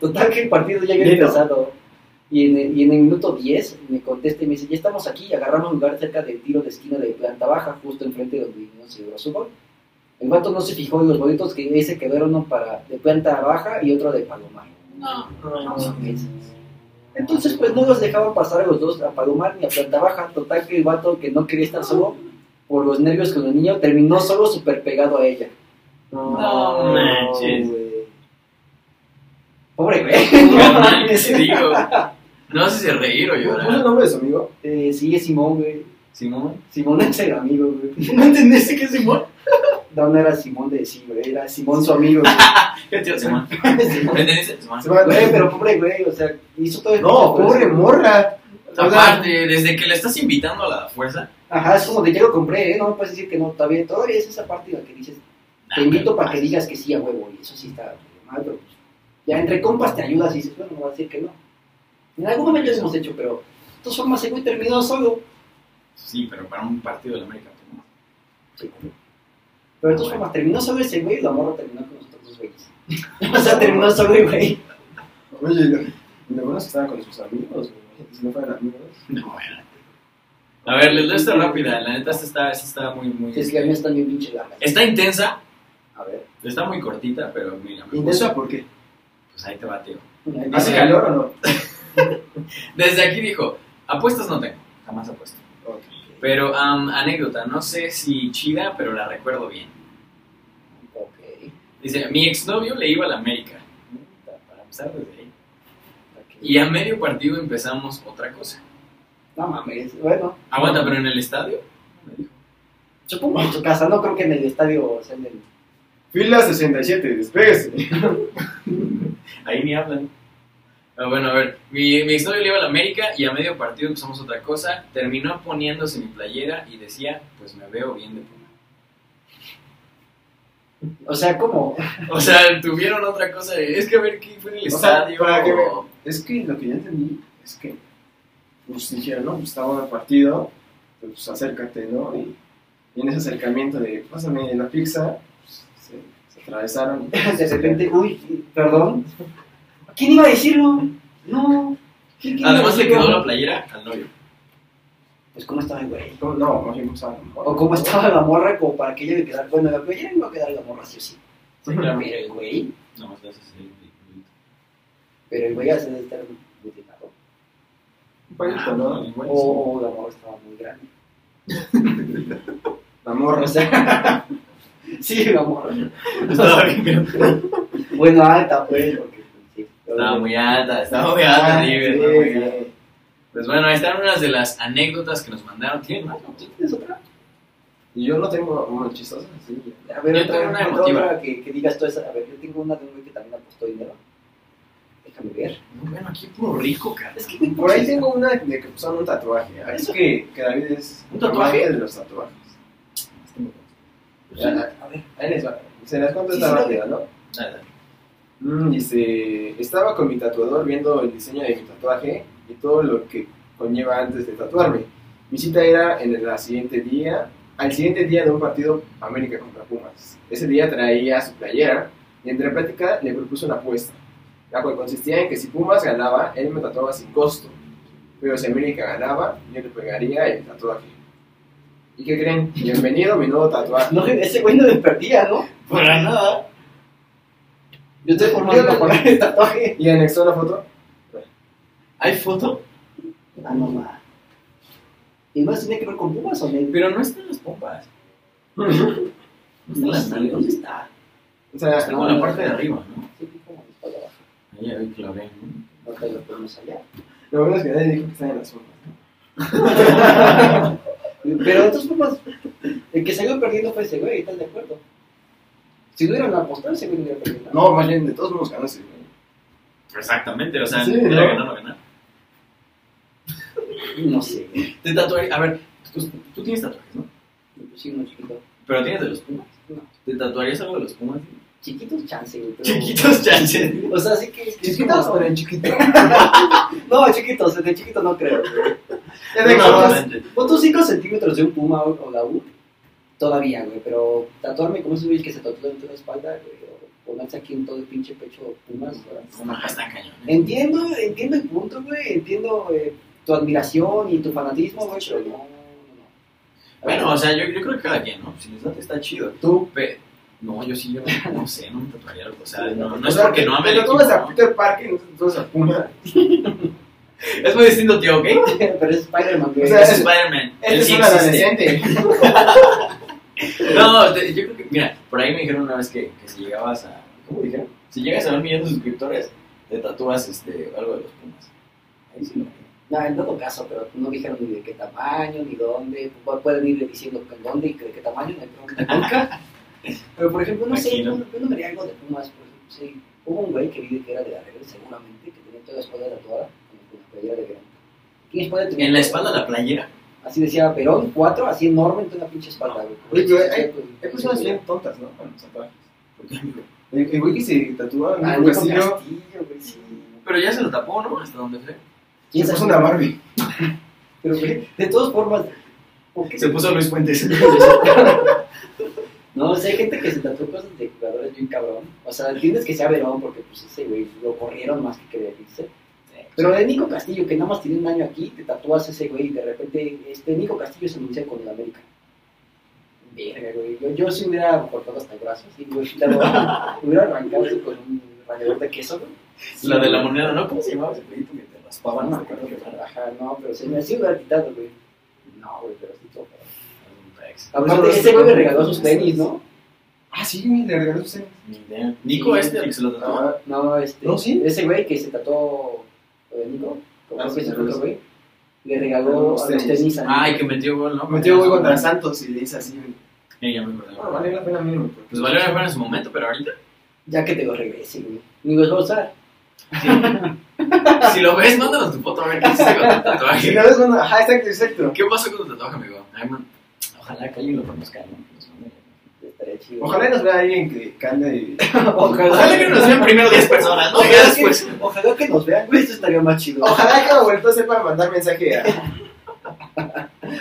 Speaker 2: Total que el partido ya había
Speaker 3: Lindo.
Speaker 2: empezado. Y en, el, y en el minuto 10 me contesta y me dice, ya estamos aquí, y agarramos lugar cerca del tiro de esquina de planta baja, justo enfrente de donde no se logró su gol. El vato no se fijó en los boletos que ese quedaron uno para de planta baja y otro de Palomar.
Speaker 1: No.
Speaker 2: No mames. Entonces pues no los dejaba pasar a los dos, a Palomar ni a planta baja. Total que el vato que no quería estar solo por los nervios con el niño terminó solo súper pegado a ella.
Speaker 1: No manches.
Speaker 3: güey.
Speaker 2: Pobre güey.
Speaker 1: No manches, te digo. No sé si reír o
Speaker 3: ¿Puso el
Speaker 1: llorar.
Speaker 3: nombre de su amigo?
Speaker 2: Eh, sí, es Simón, güey.
Speaker 1: Simón.
Speaker 2: Simón es el amigo, güey.
Speaker 1: ¿No entendiste que es Simón?
Speaker 2: No, no era Simón de sí, güey, era Simón su amigo.
Speaker 1: ¿Qué tío, Simón?
Speaker 2: Güey, Simón.
Speaker 1: ¿Entendiste? Simón.
Speaker 3: Se va a-
Speaker 2: Güey, pero pobre güey, o sea, hizo todo el
Speaker 3: No, pobre morra. O sea,
Speaker 1: pues, Aparte, desde que le estás invitando a la fuerza.
Speaker 2: Ajá, es como de ya lo compré, ¿eh? No me puedes decir que no, todavía, todavía es esa parte en la que dices, te invito para que digas que sí a huevo, y eso sí está mal, pero pues, ya entre compas te ayudas y dices, bueno, no voy a decir que no. En algún momento lo hemos hecho, pero de todas formas, el güey terminó solo.
Speaker 1: Sí, pero para un partido del América. pues, no.
Speaker 2: Pero de todas formas, terminó solo ese güey y la morra terminó con nosotros dos güeyes. o sea, terminó solo el güey.
Speaker 3: Oye, lo, lo bueno es que estaba con sus amigos, güey. Si no fueran amigos.
Speaker 1: No, era. A ver, les doy esta rápida. La neta, esta está, esta está muy, muy.
Speaker 2: Es que a mí está bien pinche larga.
Speaker 1: Está intensa,
Speaker 2: A ver.
Speaker 1: está muy cortita, pero mira. me
Speaker 3: ¿Intensa
Speaker 1: puso-
Speaker 3: por qué?
Speaker 1: Pues ahí te va, tío.
Speaker 3: ¿Hace calor o no?
Speaker 1: Desde aquí dijo: apuestas no tengo, jamás apuesto.
Speaker 3: Ok.
Speaker 1: Pero, am, anécdota, no sé si chida, pero la recuerdo bien.
Speaker 2: Ok.
Speaker 1: Dice: mi exnovio le iba a la América. Puta, Para empezar desde ahí. Y a medio partido empezamos otra cosa.
Speaker 2: No mames, bueno,
Speaker 1: Aguanta, pero en el estadio.
Speaker 2: supongo que en tu casa, no creo que en el estadio, o sea, en el...
Speaker 3: Fila 67, despegues.
Speaker 1: Ahí ni hablan. Ah, bueno, a ver, mi, mi exnovio le iba a la América y a medio partido empezamos otra cosa. Terminó poniéndose mi playera y decía, pues me veo bien de puma.
Speaker 2: O sea, como...
Speaker 1: O sea, tuvieron otra cosa. de, Es que a ver, ¿qué fue en el
Speaker 3: O sea,
Speaker 1: estadio?
Speaker 3: para que
Speaker 1: o-
Speaker 3: Es que lo que yo entendí es que, pues dijeron, no, pues está bueno el partido, pues acércate, ¿no? Y, y en ese acercamiento de, pásame la pizza, pues, se, se atravesaron.
Speaker 2: De repente, uy, perdón. ¿Quién iba a decirlo? No. ¿quién- quién iba a
Speaker 1: Además le
Speaker 2: decirlo?
Speaker 1: quedó la playera al novio.
Speaker 2: Pues cómo estaba el güey.
Speaker 3: No, no, más bien, pues, a lo mejor.
Speaker 2: O cómo estaba la morra, como para que ella le quedara... Bueno, la playera iba a quedar la morra, sí o sí.
Speaker 1: Sí, claro.
Speaker 2: Pero el güey...
Speaker 1: No, más gracias. el ridículo.
Speaker 2: Pero el güey ya se debe estar muy delgado.
Speaker 3: Un palito, Ah, ¿no? Igual,
Speaker 1: Ah,
Speaker 2: Oh. O o la morra estaba muy grande.
Speaker 3: La morra.
Speaker 2: O sea, sí, la morra.
Speaker 1: Estaba bien grande.
Speaker 2: Bueno, alta, pues, porque sí.
Speaker 1: Estaba muy alta, estaba muy alta,
Speaker 3: Ah,
Speaker 1: River,
Speaker 3: sí,
Speaker 1: estaba muy
Speaker 3: sí.
Speaker 1: alta. Pues bueno, ahí están unas de las anécdotas que nos mandaron. ¿Tienen más?
Speaker 2: ¿Tú tienes otra?
Speaker 3: Y yo no tengo una chistosa, sí.
Speaker 2: A ver,
Speaker 1: Yo
Speaker 2: otra,
Speaker 1: tengo una
Speaker 2: otra,
Speaker 1: emotiva.
Speaker 2: otra que, que digas tú esa. A ver, yo tengo una de un güey que también apostó dinero. Déjame ver.
Speaker 1: No, Bueno, aquí puro rico, cara.
Speaker 2: Es que güey,
Speaker 3: Por ahí tengo una de que usan un tatuaje. Ah, Es que, que David es
Speaker 1: ¿Un tatuaje?
Speaker 3: amante de los tatuajes.
Speaker 2: Pues Sí, a ver.
Speaker 3: Ahí les va. Se las cuento
Speaker 2: Sí,
Speaker 3: esta
Speaker 2: sí, lo
Speaker 3: rápida, ¿no?
Speaker 1: Nada.
Speaker 3: Mm, dice, estaba con mi tatuador viendo el diseño de mi tatuaje y todo lo que conlleva antes de tatuarme. Mi cita era en el siguiente día, al siguiente día de un partido América contra Pumas. Ese día traía su playera y entre plática le propuse una apuesta, la cual consistía en que si Pumas ganaba, él me tatuaba sin costo, pero si América ganaba, yo le pegaría el tatuaje. ¿Y qué creen? Bienvenido a mi nuevo tatuaje.
Speaker 2: No, ese güey no me perdía, ¿no?
Speaker 1: Para nada.
Speaker 2: Yo estoy formando para poner el tatuaje.
Speaker 3: Y anexó la foto.
Speaker 1: ¿Hay foto?
Speaker 2: Ah, no, ma. ¿Y más tiene que ver con Pumas o negro?
Speaker 1: Pero no están las pompas. No están las nalgas.
Speaker 2: ¿Dónde está?
Speaker 3: O sea,
Speaker 1: Está con la parte de arriba, ¿no?
Speaker 2: Sí, como de espalda abajo.
Speaker 1: Ahí ahí clavé.
Speaker 2: Ahorita lo ponemos allá.
Speaker 3: Lo bueno es que nadie dijo que están en las formas.
Speaker 2: Pero entonces Pumas, el que salió perdiendo fue ese güey, ¿estás de acuerdo? Si hubieran apostado, ese güey no hubiera perdido. nada.
Speaker 3: No, más bien, de todos modos ganó ese. güey.
Speaker 1: Exactamente, o sea,
Speaker 3: Sí,
Speaker 1: no
Speaker 3: ¿no?
Speaker 1: ganar, no ganar.
Speaker 2: No sé, güey.
Speaker 1: Te tatuaría, a ver, tú, tú tienes tatuajes, ¿no?
Speaker 2: Sí, no, chiquito.
Speaker 1: Pero tienes de los Pumas.
Speaker 2: No.
Speaker 1: ¿Te tatuarías algo de los Pumas?
Speaker 2: Chiquitos chance, güey. pero-
Speaker 1: Chiquitos chanches.
Speaker 2: O sea, sí que.
Speaker 3: ¿Chiquitos o de
Speaker 2: chiquitos? no, chiquitos, de chiquito no creo.
Speaker 3: Ya tengo
Speaker 2: No,
Speaker 3: más.
Speaker 2: Otros 5 centímetros de un puma o, o la U, todavía, güey, pero tatuarme como esos güeyes que se tatúan en toda la espalda, güey, o ponerse aquí en todo el pinche pecho pumas, ¿verdad?
Speaker 1: Como acá están cañones.
Speaker 2: Entiendo, entiendo el punto, güey, entiendo eh, tu admiración y tu fanatismo, güey, pero no, no, no.
Speaker 1: Bueno, o sea, yo, yo creo que cada quien, ¿no? Si les late está chido.
Speaker 3: Tú.
Speaker 1: Pe- no, yo sí, yo no sé, no me tatuaría algo. O sea,
Speaker 2: Sí,
Speaker 1: no,
Speaker 2: no,
Speaker 1: no es porque no ame el
Speaker 3: Pero tú
Speaker 1: equipo.
Speaker 3: vas a
Speaker 1: ¿no?
Speaker 3: Peter Parker y nosotros a Puma.
Speaker 1: Es muy distinto, tío, ¿ok?
Speaker 2: pero es Spider-Man, güey.
Speaker 3: O sea,
Speaker 1: Es
Speaker 3: es-
Speaker 1: Spider-Man.
Speaker 3: Él
Speaker 1: Él
Speaker 3: Este es
Speaker 1: sí
Speaker 3: un
Speaker 1: existe.
Speaker 3: adolescente.
Speaker 1: No, te- yo creo que, mira, por ahí me dijeron una vez que, que si llegabas a. ¿Cómo dijeron? Si llegas a un millón de suscriptores, te tatúas este, algo de los Pumas. Ahí sí lo
Speaker 2: No, en todo caso, pero no dijeron ni de qué tamaño, ni dónde. Pu- Pueden irle diciendo en dónde y de qué tamaño, no hay problema nunca. Pero por ejemplo, no sé,
Speaker 1: Tranquilo.
Speaker 2: yo, yo no me haría algo de Pumas. Por ejemplo, sí. Hubo un güey que vi que era de Guerrero, seguramente, que tenía toda la espalda tatuada, como con la playera de Verón. Y después de
Speaker 1: En la espalda la playera.
Speaker 2: Así decía Verón, cuatro, así enorme en toda la pinche espalda, güey.
Speaker 3: Oye, pero hay-
Speaker 2: Sí, sí, sí,
Speaker 3: Hay
Speaker 2: sí,
Speaker 3: personas
Speaker 2: sí,
Speaker 3: bien tontas, ¿no? Con los tatuajes.
Speaker 1: ¿Por qué, amigo?
Speaker 3: El el güey que se tatúa en
Speaker 2: Ah,
Speaker 3: un
Speaker 2: Nico
Speaker 3: castillo
Speaker 2: Castillo, güey, sí.
Speaker 1: Pero ya se lo tapó, ¿no? Hasta donde fue.
Speaker 3: se
Speaker 2: ¿Quién
Speaker 3: puso
Speaker 2: sabe?
Speaker 3: una Barbie.
Speaker 2: Pero, güey, de todas formas, ¿por qué
Speaker 1: Se puso Luis Fuentes.
Speaker 2: No, o sea, hay gente que se tatuó cosas de jugadores bien cabrón. O sea, entiendes que sea Verón porque pues ese güey lo corrieron más que quería irse. Pero de Nico Castillo, que nada más tiene un año aquí, te tatúas ese güey y de repente este Nico Castillo se anuncia con el América. Verga, güey. Yo, yo sí hubiera cortado hasta el brazo, sí, güey. Te lo- hubiera arrancado así con un rallador de queso, güey.
Speaker 1: La de la moneda, ¿no? ¿Cómo se llamaba ese pedito que te raspaban?
Speaker 2: No
Speaker 1: No me
Speaker 2: me
Speaker 1: acuerdo
Speaker 2: acuerdo
Speaker 1: que
Speaker 2: qué
Speaker 1: era.
Speaker 2: tal. Ajá, no, pero se me sí hubiera quitado, güey. No, güey, pero sí todo. cabrón.
Speaker 1: Un pex.
Speaker 2: Aparte, ese güey me regaló sus tenis, ¿no?
Speaker 3: Ah, sí, güey, le regaló usted.
Speaker 1: Ni idea. Nico este, el que se lo tatuó.
Speaker 3: Ah,
Speaker 2: No, este.
Speaker 3: ¿No, sí?
Speaker 2: Ese güey que se tatuó eh, Nico, como
Speaker 3: Ah,
Speaker 2: creo que
Speaker 3: sí,
Speaker 2: es el
Speaker 3: pero
Speaker 2: otro
Speaker 3: sí.
Speaker 2: güey, le regaló
Speaker 3: Los
Speaker 2: los tenis,
Speaker 3: tenis.
Speaker 2: a
Speaker 1: Ay, que Ah, metió gol, ¿no?
Speaker 3: Metió güey contra Santos y le dice así, güey.
Speaker 1: Eh, ya me acordé.
Speaker 3: Bueno, vale la pena mínimo. porque-
Speaker 1: Pues valió la pena en su momento, pero ahorita.
Speaker 2: ya que te lo regrese, güey. Ni los va a usar.
Speaker 1: Si lo ves, mándanos tu foto a ver qué hiciste con tu
Speaker 3: Si
Speaker 1: tatuaje.
Speaker 3: no ves cuando. Ajá, exacto, exacto.
Speaker 1: ¿Qué pasó con tu tatuaje, amigo? Ay, man, Ojalá que alguien lo conozca, ¿no? Pues, Que nos mande.
Speaker 2: Estaría chido.
Speaker 3: Ojalá nos vea alguien que cante y.
Speaker 2: ojalá,
Speaker 1: Ojalá que nos vean primero 10 personas, ¿no? Ya
Speaker 2: Ojalá que,
Speaker 1: después.
Speaker 2: ojalá que nos vean, güey, eso estaría más chido.
Speaker 3: Ojalá que Abuelito sepa mandar mensaje a.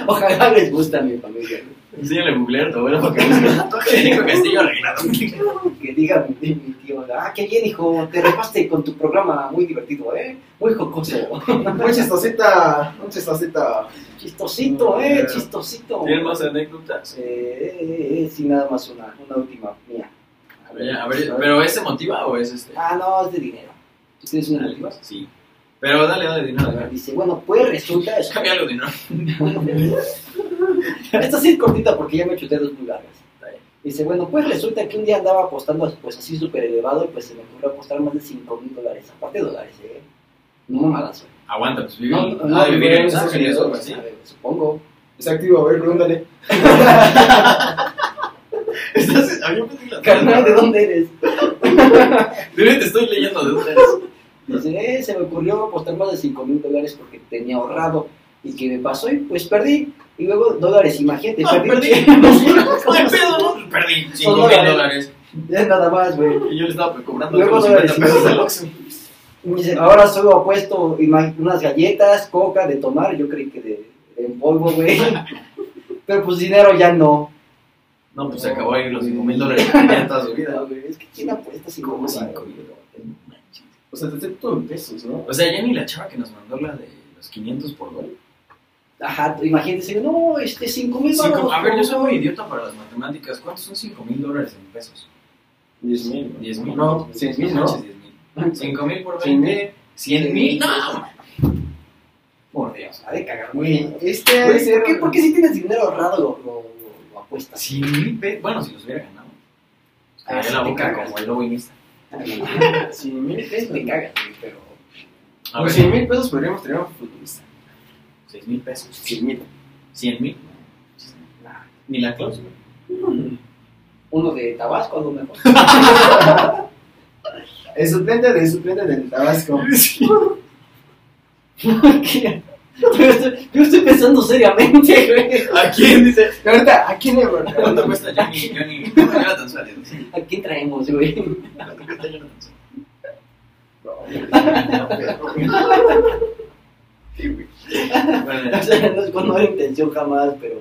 Speaker 2: Ojalá les guste a mi familia. güey.
Speaker 1: Enséñale a googlear a tu abuela porque busca el tatuaje de Nico Castillo arreglado.
Speaker 2: Que diga mi, mi tío, ah, qué bien, hijo, te repaste con tu programa muy divertido, ¿eh? Muy jocoso.
Speaker 3: Un chistosita. Un chistosita.
Speaker 2: Chistosito, ¿eh?
Speaker 1: Eh,
Speaker 2: Chistosito.
Speaker 1: ¿Tienen más anécdotas?
Speaker 2: Eh, eh, eh, sí, nada más una, una última mía.
Speaker 1: A ver, ya, a ver, ¿pero es emotiva o es este?
Speaker 2: Ah, no, es de dinero. ¿Tú tienes una última?
Speaker 1: Sí. Pero dale, dale, dinero.
Speaker 2: Dice, bueno, pues resulta...
Speaker 1: Cámbialo, dinero.
Speaker 2: Esta sí es cortita porque ya me chuté dos muy largas. Dice, bueno, pues resulta que un día andaba apostando pues así súper elevado y pues se me ocurrió apostar más de 5 mil dóladas, aparte de dólares, ¿eh? No mamadas, güey.
Speaker 1: Aguanta, pues
Speaker 2: No,
Speaker 1: vivir,
Speaker 2: no,
Speaker 1: ha de
Speaker 3: no,
Speaker 1: vivir
Speaker 3: no,
Speaker 1: en
Speaker 3: no,
Speaker 1: Estados
Speaker 3: no,
Speaker 1: Unidos.
Speaker 3: no,
Speaker 1: pues,
Speaker 3: sí.
Speaker 2: A ver, Supongo.
Speaker 3: Es activo, a ver, pregúntale.
Speaker 1: Estás- ah, yo pensé que la-
Speaker 2: Carnal, ¿de dónde eres?
Speaker 1: Dime, te estoy leyendo de dónde eres.
Speaker 2: Dice, eh, se me ocurrió apostar más de 5 mil dólares porque tenía ahorrado. ¿Y que me pasó? Y pues perdí. Y luego dólares, imagínate,
Speaker 1: No, perdí. No hay pedo, ¿no? Pues Perdí 5 mil dólares.
Speaker 2: Ya nada más, güey.
Speaker 1: Y yo le estaba cobrando
Speaker 2: Luego
Speaker 1: como
Speaker 2: no
Speaker 1: 50
Speaker 2: decimos.
Speaker 1: pesos al Oxxo.
Speaker 2: Y dice, ahora solo apuesto ima- unas galletas, coca de tomar. Yo creí que de, de en polvo, güey. Pero pues dinero ya no.
Speaker 1: No, pues se acabó ahí los 5 mil dólares que tenía en toda su vida.
Speaker 2: No, güey, Es que ¿quién apuesta 5
Speaker 1: Como
Speaker 2: mil
Speaker 1: 5
Speaker 2: dólares?
Speaker 1: mil dólares.
Speaker 3: O sea, te acepto en pesos, ¿no?
Speaker 1: O sea, ya ni la chava que nos mandó la de los 500 por gol.
Speaker 2: Ajá, tú imagínate, dice, no, este 5 mil
Speaker 1: Cinco-
Speaker 2: dólares.
Speaker 1: a ver, yo soy muy idiota para las matemáticas. ¿Cuántos son 5 mil dólares en pesos?
Speaker 3: 10 mil.
Speaker 1: 10 mil.
Speaker 3: No, 6 mil, ¿no?
Speaker 1: 5 mil por
Speaker 3: Cien
Speaker 1: 20. 100 mil. No. Por Dios.
Speaker 2: Ha de cagar,
Speaker 3: Güey,
Speaker 2: güey.
Speaker 3: este
Speaker 2: Güey, ¿Por qué, por qué si tienes dinero ahorrado lo, lo- lo apuestas?
Speaker 1: 100 mil pesos. Bueno, si los hubiera ganado.
Speaker 2: Ah,
Speaker 1: Caía
Speaker 2: sí
Speaker 1: la
Speaker 2: te
Speaker 1: boca
Speaker 2: cagas.
Speaker 1: como el lobo inista.
Speaker 3: Si mil pesos.
Speaker 2: Te cagas, güey, pero.
Speaker 1: A
Speaker 3: Con
Speaker 1: ver,
Speaker 3: 100 pues mil pesos podríamos tener un futbolista.
Speaker 1: 6 mil pesos.
Speaker 3: 100 mil.
Speaker 1: 100 mil. Ni la cláusula.
Speaker 2: Uno de Tabasco, a lo mejor.
Speaker 3: El suplente del suplente del Tabasco.
Speaker 2: ¿Qué? Yo estoy, yo estoy pensando seriamente, güey.
Speaker 1: ¿A quién dice?
Speaker 3: Y ahorita, ¿a quién le marcaron?
Speaker 1: ¿Cuánto cuesta Johnny? Johnny. Jonathan Suárez. Sí,
Speaker 2: ¿A quién traemos, güey?
Speaker 1: ¿Cuánto cuesta Jonathan Suárez? Bueno,
Speaker 2: O sea, no es con mala intención jamás, pero.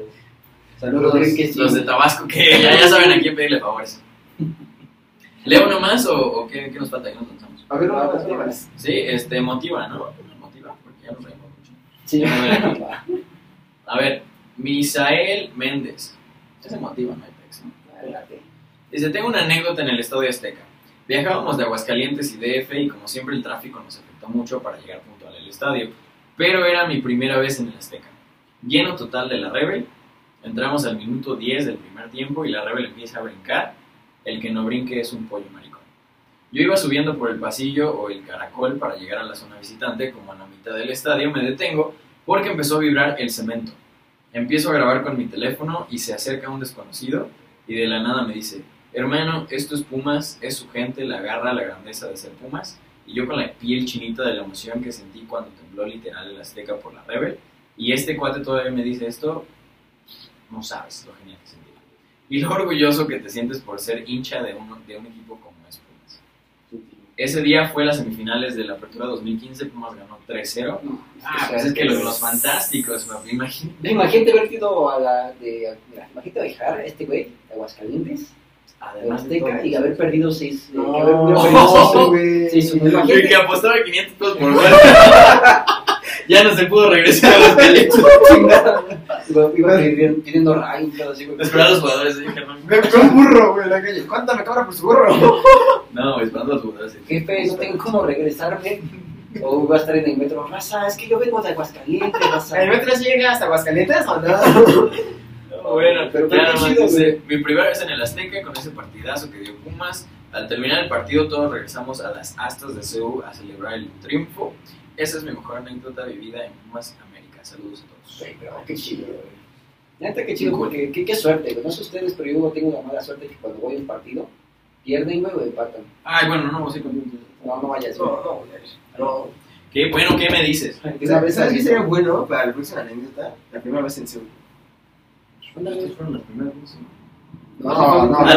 Speaker 3: Saludos.
Speaker 2: Creo que sí.
Speaker 1: Los de Tabasco, que ya, ya saben a quién pedirle favores. ¿Leo uno más o, o qué, qué nos falta? ¿Qué nos lanzamos?
Speaker 3: A ver, vamos, vamos.
Speaker 1: Sí, este, motiva, ¿no? Motiva, porque ya nos reímos mucho.
Speaker 2: Sí,
Speaker 1: Ah, A ver, Misael Méndez. Ese motiva, no hay pex, ¿no? Dice, tengo una anécdota en el Estadio Azteca. Viajábamos de Aguascalientes y DF y como siempre el tráfico nos afectó mucho para llegar puntual al estadio, pero era mi primera vez en el Azteca. Lleno total de la Rebel, entramos al minuto 10 del primer tiempo y la Rebel empieza a brincar, el que no brinque es un pollo maricón. Yo iba subiendo por el pasillo o el caracol para llegar a la zona visitante, como a la mitad del estadio me detengo porque empezó a vibrar el cemento. Empiezo a grabar con mi teléfono y se acerca un desconocido y de la nada me dice, Hermano, esto es Pumas, es su gente, la garra, la grandeza de ser Pumas. Y yo con la piel chinita de la emoción que sentí cuando tembló literal el Azteca por la Rebel. Y este cuate todavía me dice esto, no sabes lo genial que sentí. Y lo orgulloso que te sientes por ser hincha de un, de un equipo como es Pumas. Ese día fue las semifinales de la Apertura 2015, Pumas ganó 3-0. Ah, pues es que los, los fantásticos, papi, imagínate.
Speaker 2: Imagínate haber ido a la de. Mira, imagínate viajar a este güey de Aguascalientes, de
Speaker 1: Además de
Speaker 2: Azteca,
Speaker 1: todo.
Speaker 2: y haber perdido seis. eh, que haber
Speaker 3: No,
Speaker 2: perdido
Speaker 1: Oh.
Speaker 2: seis-
Speaker 3: güey.
Speaker 2: Sí, sí,
Speaker 3: Yo-
Speaker 1: El que apostaba 500 pesos por gol. ya no se pudo regresar a los calientes.
Speaker 2: Iba, iba pidiendo- pidiendo rayo y todo así, güey.
Speaker 1: Esperar a los jugadores, eh, dije, no.
Speaker 3: Me compré un burro, güey, en la calle. ¿Cuánto me cobra por su burro?
Speaker 1: No, esperando a los jugadores. eh.
Speaker 2: Jefe, no tengo cómo regresarme. O iba a estar en el metro. Raza, es que yo vengo de Aguascalientes, raza.
Speaker 3: ¿El metro sí llega hasta Aguascalientes o no?
Speaker 1: No, bueno, pero
Speaker 2: Pero qué
Speaker 1: nada más
Speaker 2: chido,
Speaker 1: dice, mi primera vez en el Azteca con ese partidazo que dio Pumas. Al terminar el partido todos regresamos a las astas de CEU a celebrar el triunfo. Esa es mi mejor anécdota vivida en Pumas América. Saludos a todos.
Speaker 2: Güey, pero qué chido, güey. Neta, qué chido, porque qué, qué suerte, güey. No sé ustedes, pero yo tengo la mala suerte que cuando voy a un partido, pierden, güey, o empatan.
Speaker 1: Ay, bueno, no, sí, con...
Speaker 2: No, no vayas, güey.
Speaker 3: No, no, güey. No.
Speaker 1: Qué bueno, ¿qué me dices?
Speaker 3: ¿Sabes, ¿Sabes qué sería bueno para la próxima anécdota? La primera vez en Seúl.
Speaker 1: ¿Cuántas fueron las primeras veces?
Speaker 3: No, no, no,
Speaker 1: no, no,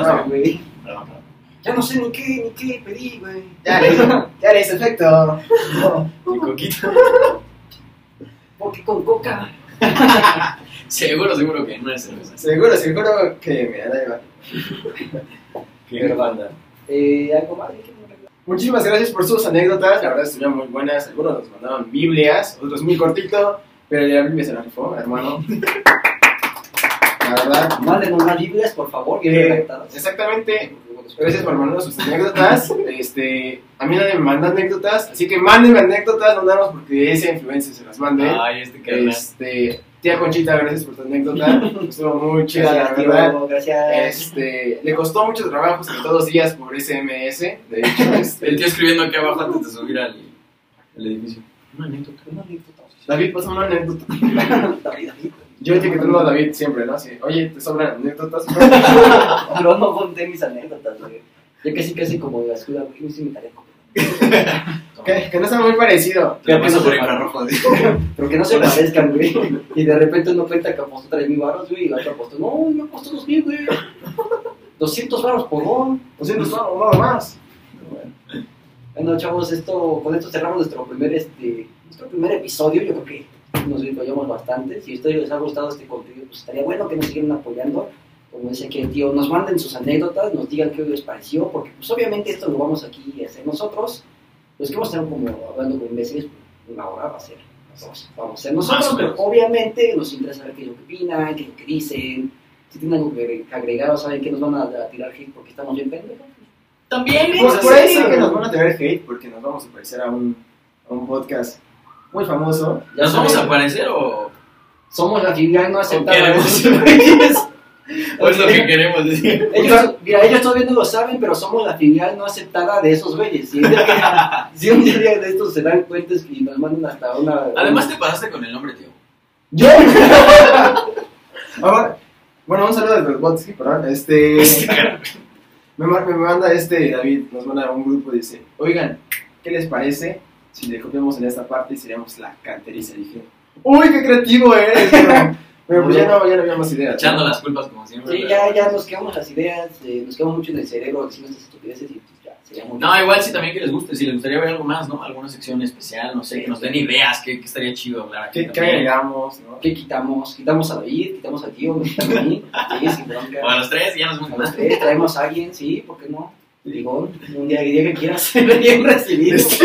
Speaker 1: no,
Speaker 3: no.
Speaker 2: güey.
Speaker 1: Perdón, perdón.
Speaker 2: Ya no sé ni qué, ni qué pedí, güey.
Speaker 3: Ya le, ya le hizo efecto. No.
Speaker 1: Mi coquito.
Speaker 2: Porque con coca.
Speaker 1: Seguro, seguro que no es cerveza.
Speaker 3: Seguro, seguro que me da igual.
Speaker 1: Qué
Speaker 2: Pero-
Speaker 1: banda.
Speaker 2: Eh, algo más, güey, que no recuerdo.
Speaker 3: Muchísimas gracias por sus anécdotas, la verdad estuvieron muy buenas. Algunos nos mandaron Biblias, otros muy cortito, pero el de la Biblia se la rifó, hermano. La verdad.
Speaker 2: Mándenos más Biblias, por favor, bien
Speaker 3: Eh,
Speaker 2: redactadas.
Speaker 3: exactamente. Gracias por mandarnos sus anécdotas. Este, a mí nadie me manda anécdotas, así que mándenme anécdotas, no nada más porque ese influencer se las mande.
Speaker 1: Ay, este carnal.
Speaker 3: este, tía Conchita, gracias por tu anécdota. Estuvo muy chida, la
Speaker 2: Gracias, tío,
Speaker 3: verdad.
Speaker 2: gracias.
Speaker 3: Este, le costó mucho trabajo, sobre todo días por SMS. De hecho,
Speaker 1: El
Speaker 3: este,
Speaker 1: tío escribiendo aquí abajo antes de subir al al edificio. Una anécdota.
Speaker 2: Una anécdota.
Speaker 3: David, pasa una anécdota.
Speaker 2: David, David.
Speaker 3: Yo etiquetando a David siempre, ¿no? Así, Oye, ¿te sobran anécdotas?
Speaker 2: Pero no conté mis anécdotas, güey. Yo casi, casi como de la escuela, güey, hice mi tarea.
Speaker 3: que, que no está muy parecido.
Speaker 1: Te
Speaker 2: Creo
Speaker 1: la
Speaker 2: que
Speaker 1: paso
Speaker 2: no
Speaker 1: por
Speaker 2: se
Speaker 1: infrarrojo. así.
Speaker 2: Pero que no se parezcan, güey. Y de repente uno cuenta que apostó 3.000 baros, güey, y la otra apostó, no, yo apostó 2.000, güey. 200 baros por gol.
Speaker 3: 200 no, nada más.
Speaker 2: Bueno, chavos, esto, con esto cerramos nuestro primer, este, nuestro primer episodio. Yo creo que nos apoyamos bastante. Si a ustedes les ha gustado este contenido, pues estaría bueno que nos sigan apoyando. Como dice que el tío, nos manden sus anécdotas, nos digan qué les pareció, porque pues obviamente esto lo vamos aquí a hacer nosotros. Los que vamos a estar como hablando con imbéciles, pues, una hora va a ser. Vamos, vamos a ser nosotros,
Speaker 1: Más o
Speaker 2: pero
Speaker 1: menos.
Speaker 2: obviamente nos interesa ver qué es lo que opinan, qué es lo que dicen. Si tienen algo que agregar o saben que nos van a, a tirar hate porque estamos bien pendejos.
Speaker 1: También.
Speaker 3: Pues
Speaker 1: pues,
Speaker 3: por ahí
Speaker 1: sí,
Speaker 3: dicen que
Speaker 1: nos-
Speaker 3: nos van a tener hate porque nos vamos a parecer a un, a un podcast muy famoso.
Speaker 2: Ya
Speaker 1: ¿Nos vamos a
Speaker 2: saben,
Speaker 1: aparecer o,
Speaker 2: Somos la filial no aceptaron
Speaker 1: queremos.
Speaker 2: esos güeyes.
Speaker 1: o es lo que queremos decir?
Speaker 2: Ellos, mira, ellos todavía no lo saben, pero somos la filial no aceptada de esos güeyes. Si un día, si un día de estos se dan cuenta es que nos mandan hasta una.
Speaker 1: Además, te pasaste con el nombre, tío.
Speaker 3: ¡Yo! Ahora, bueno, un saludo de los bots, sí, perdón. Este. Me, ma- me manda este David, nos manda un grupo y dice, oigan, ¿qué les parece si le copiamos en esta parte y seríamos la canteriza? Y dije, uy, qué creativo eres, pero, pero pues ya no, ya no había más ideas.
Speaker 1: Echando las culpas como siempre.
Speaker 2: Sí,
Speaker 1: pero-
Speaker 2: ya, ya nos quedamos las ideas, eh, nos quedamos mucho en el cerebro diciendo estas estupideces y pues, ya, sería muy.
Speaker 1: No, igual sí también que les guste, si les gustaría ver algo más, ¿no? Alguna sección especial, no sé, que nos den ideas, que, que estaría chido hablar aquí.
Speaker 3: ¿Qué, qué
Speaker 1: también.
Speaker 3: agregamos? ¿no?
Speaker 2: ¿Qué quitamos? Quitamos a David, quitamos a Tío, quitamos a mí. Sí, sin
Speaker 1: O a
Speaker 2: bronca.
Speaker 1: los tres, ya nos vemos
Speaker 2: A
Speaker 1: más.
Speaker 2: los tres, traemos a alguien, sí, ¿por qué no? Digo, un día, el día que quieras, ser bien recibido.
Speaker 1: Este-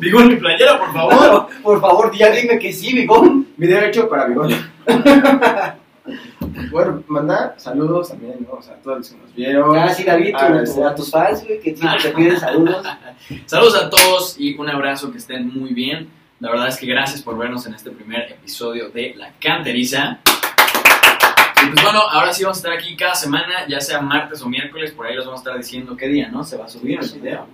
Speaker 1: Digo en mi playera, por
Speaker 2: Por
Speaker 1: favor.
Speaker 2: favor, por favor, ya dime que sí, Bigón.
Speaker 3: Video hecho para Bigón. bueno, mandar saludos también, ¿no? O sea, a todos los que nos vieron.
Speaker 2: Ah, sí, David, tu-
Speaker 3: Agradecer.
Speaker 2: a tus fans, güey, que
Speaker 1: Ah.
Speaker 2: siempre te piden saludos.
Speaker 1: Saludos a todos y un abrazo, que estén muy bien. La verdad es que gracias por vernos en este primer episodio de La Canteriza. Y pues bueno, ahora sí vamos a estar aquí cada semana, ya sea martes o miércoles, por ahí los vamos a estar diciendo qué día, ¿no? Se va a subir el video.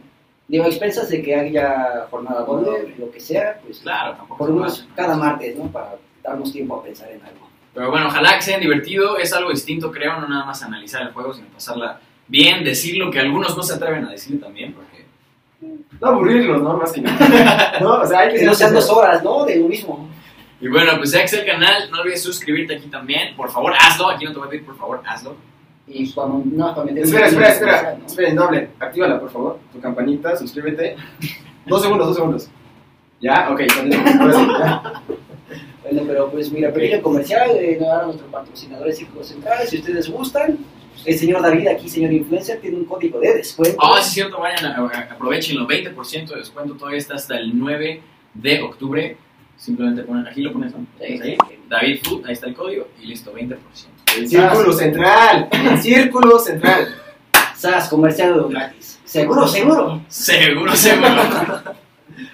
Speaker 2: Digo, a expensas de que haya jornada doble, lo que sea, pues
Speaker 1: Claro, tampoco.
Speaker 2: por
Speaker 1: se
Speaker 2: lo
Speaker 1: pasa.
Speaker 2: menos cada martes, ¿no? Para darnos tiempo a pensar en algo.
Speaker 1: Pero bueno, ojalá que se hayan divertido. Es algo distinto, creo, no nada más analizar el juego, sino pasarla bien, decir lo que algunos no se atreven a decir también, porque
Speaker 3: No aburrirlos, ¿no? Más que nada. no, o sea, hay que
Speaker 2: Que no sean dos horas, ¿no? De lo mismo.
Speaker 1: Y bueno, pues ya que es el canal, no olvides suscribirte aquí también. Por favor, hazlo. Aquí no te voy a pedir, por favor, hazlo.
Speaker 2: Y cuando, no, para meter
Speaker 3: Espera, espera, espera. Esperen, no hablen. Actívala, por favor. Tu campanita, suscríbete. Dos segundos, dos segundos. Ya, ok, continuamos. Ahora sí, ya.
Speaker 2: Bueno, pero pues mira, pequeño comercial, eh, no, ahora nuestros patrocinadores Círculo Central, si ustedes gustan. El señor David aquí, señor influencer, tiene un código de descuento.
Speaker 1: Ah, sí es cierto, vayan, a- a- aprovechenlo. 20% de descuento todavía está hasta el 9 de octubre. Simplemente ponen aquí, lo pones, ¿no?
Speaker 2: Sí,
Speaker 1: Ahí.
Speaker 2: sí.
Speaker 1: David Food, ahí está el código. Y listo, 20%.
Speaker 3: El círculo central. El círculo central.
Speaker 2: SAS, comercial gratis. Seguro, seguro.
Speaker 1: Seguro, seguro.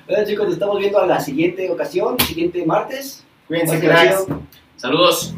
Speaker 2: Bueno, chicos, nos estamos viendo a la siguiente ocasión, siguiente martes.
Speaker 3: Cuídense,
Speaker 2: Gracias.
Speaker 3: cracks.
Speaker 1: Saludos.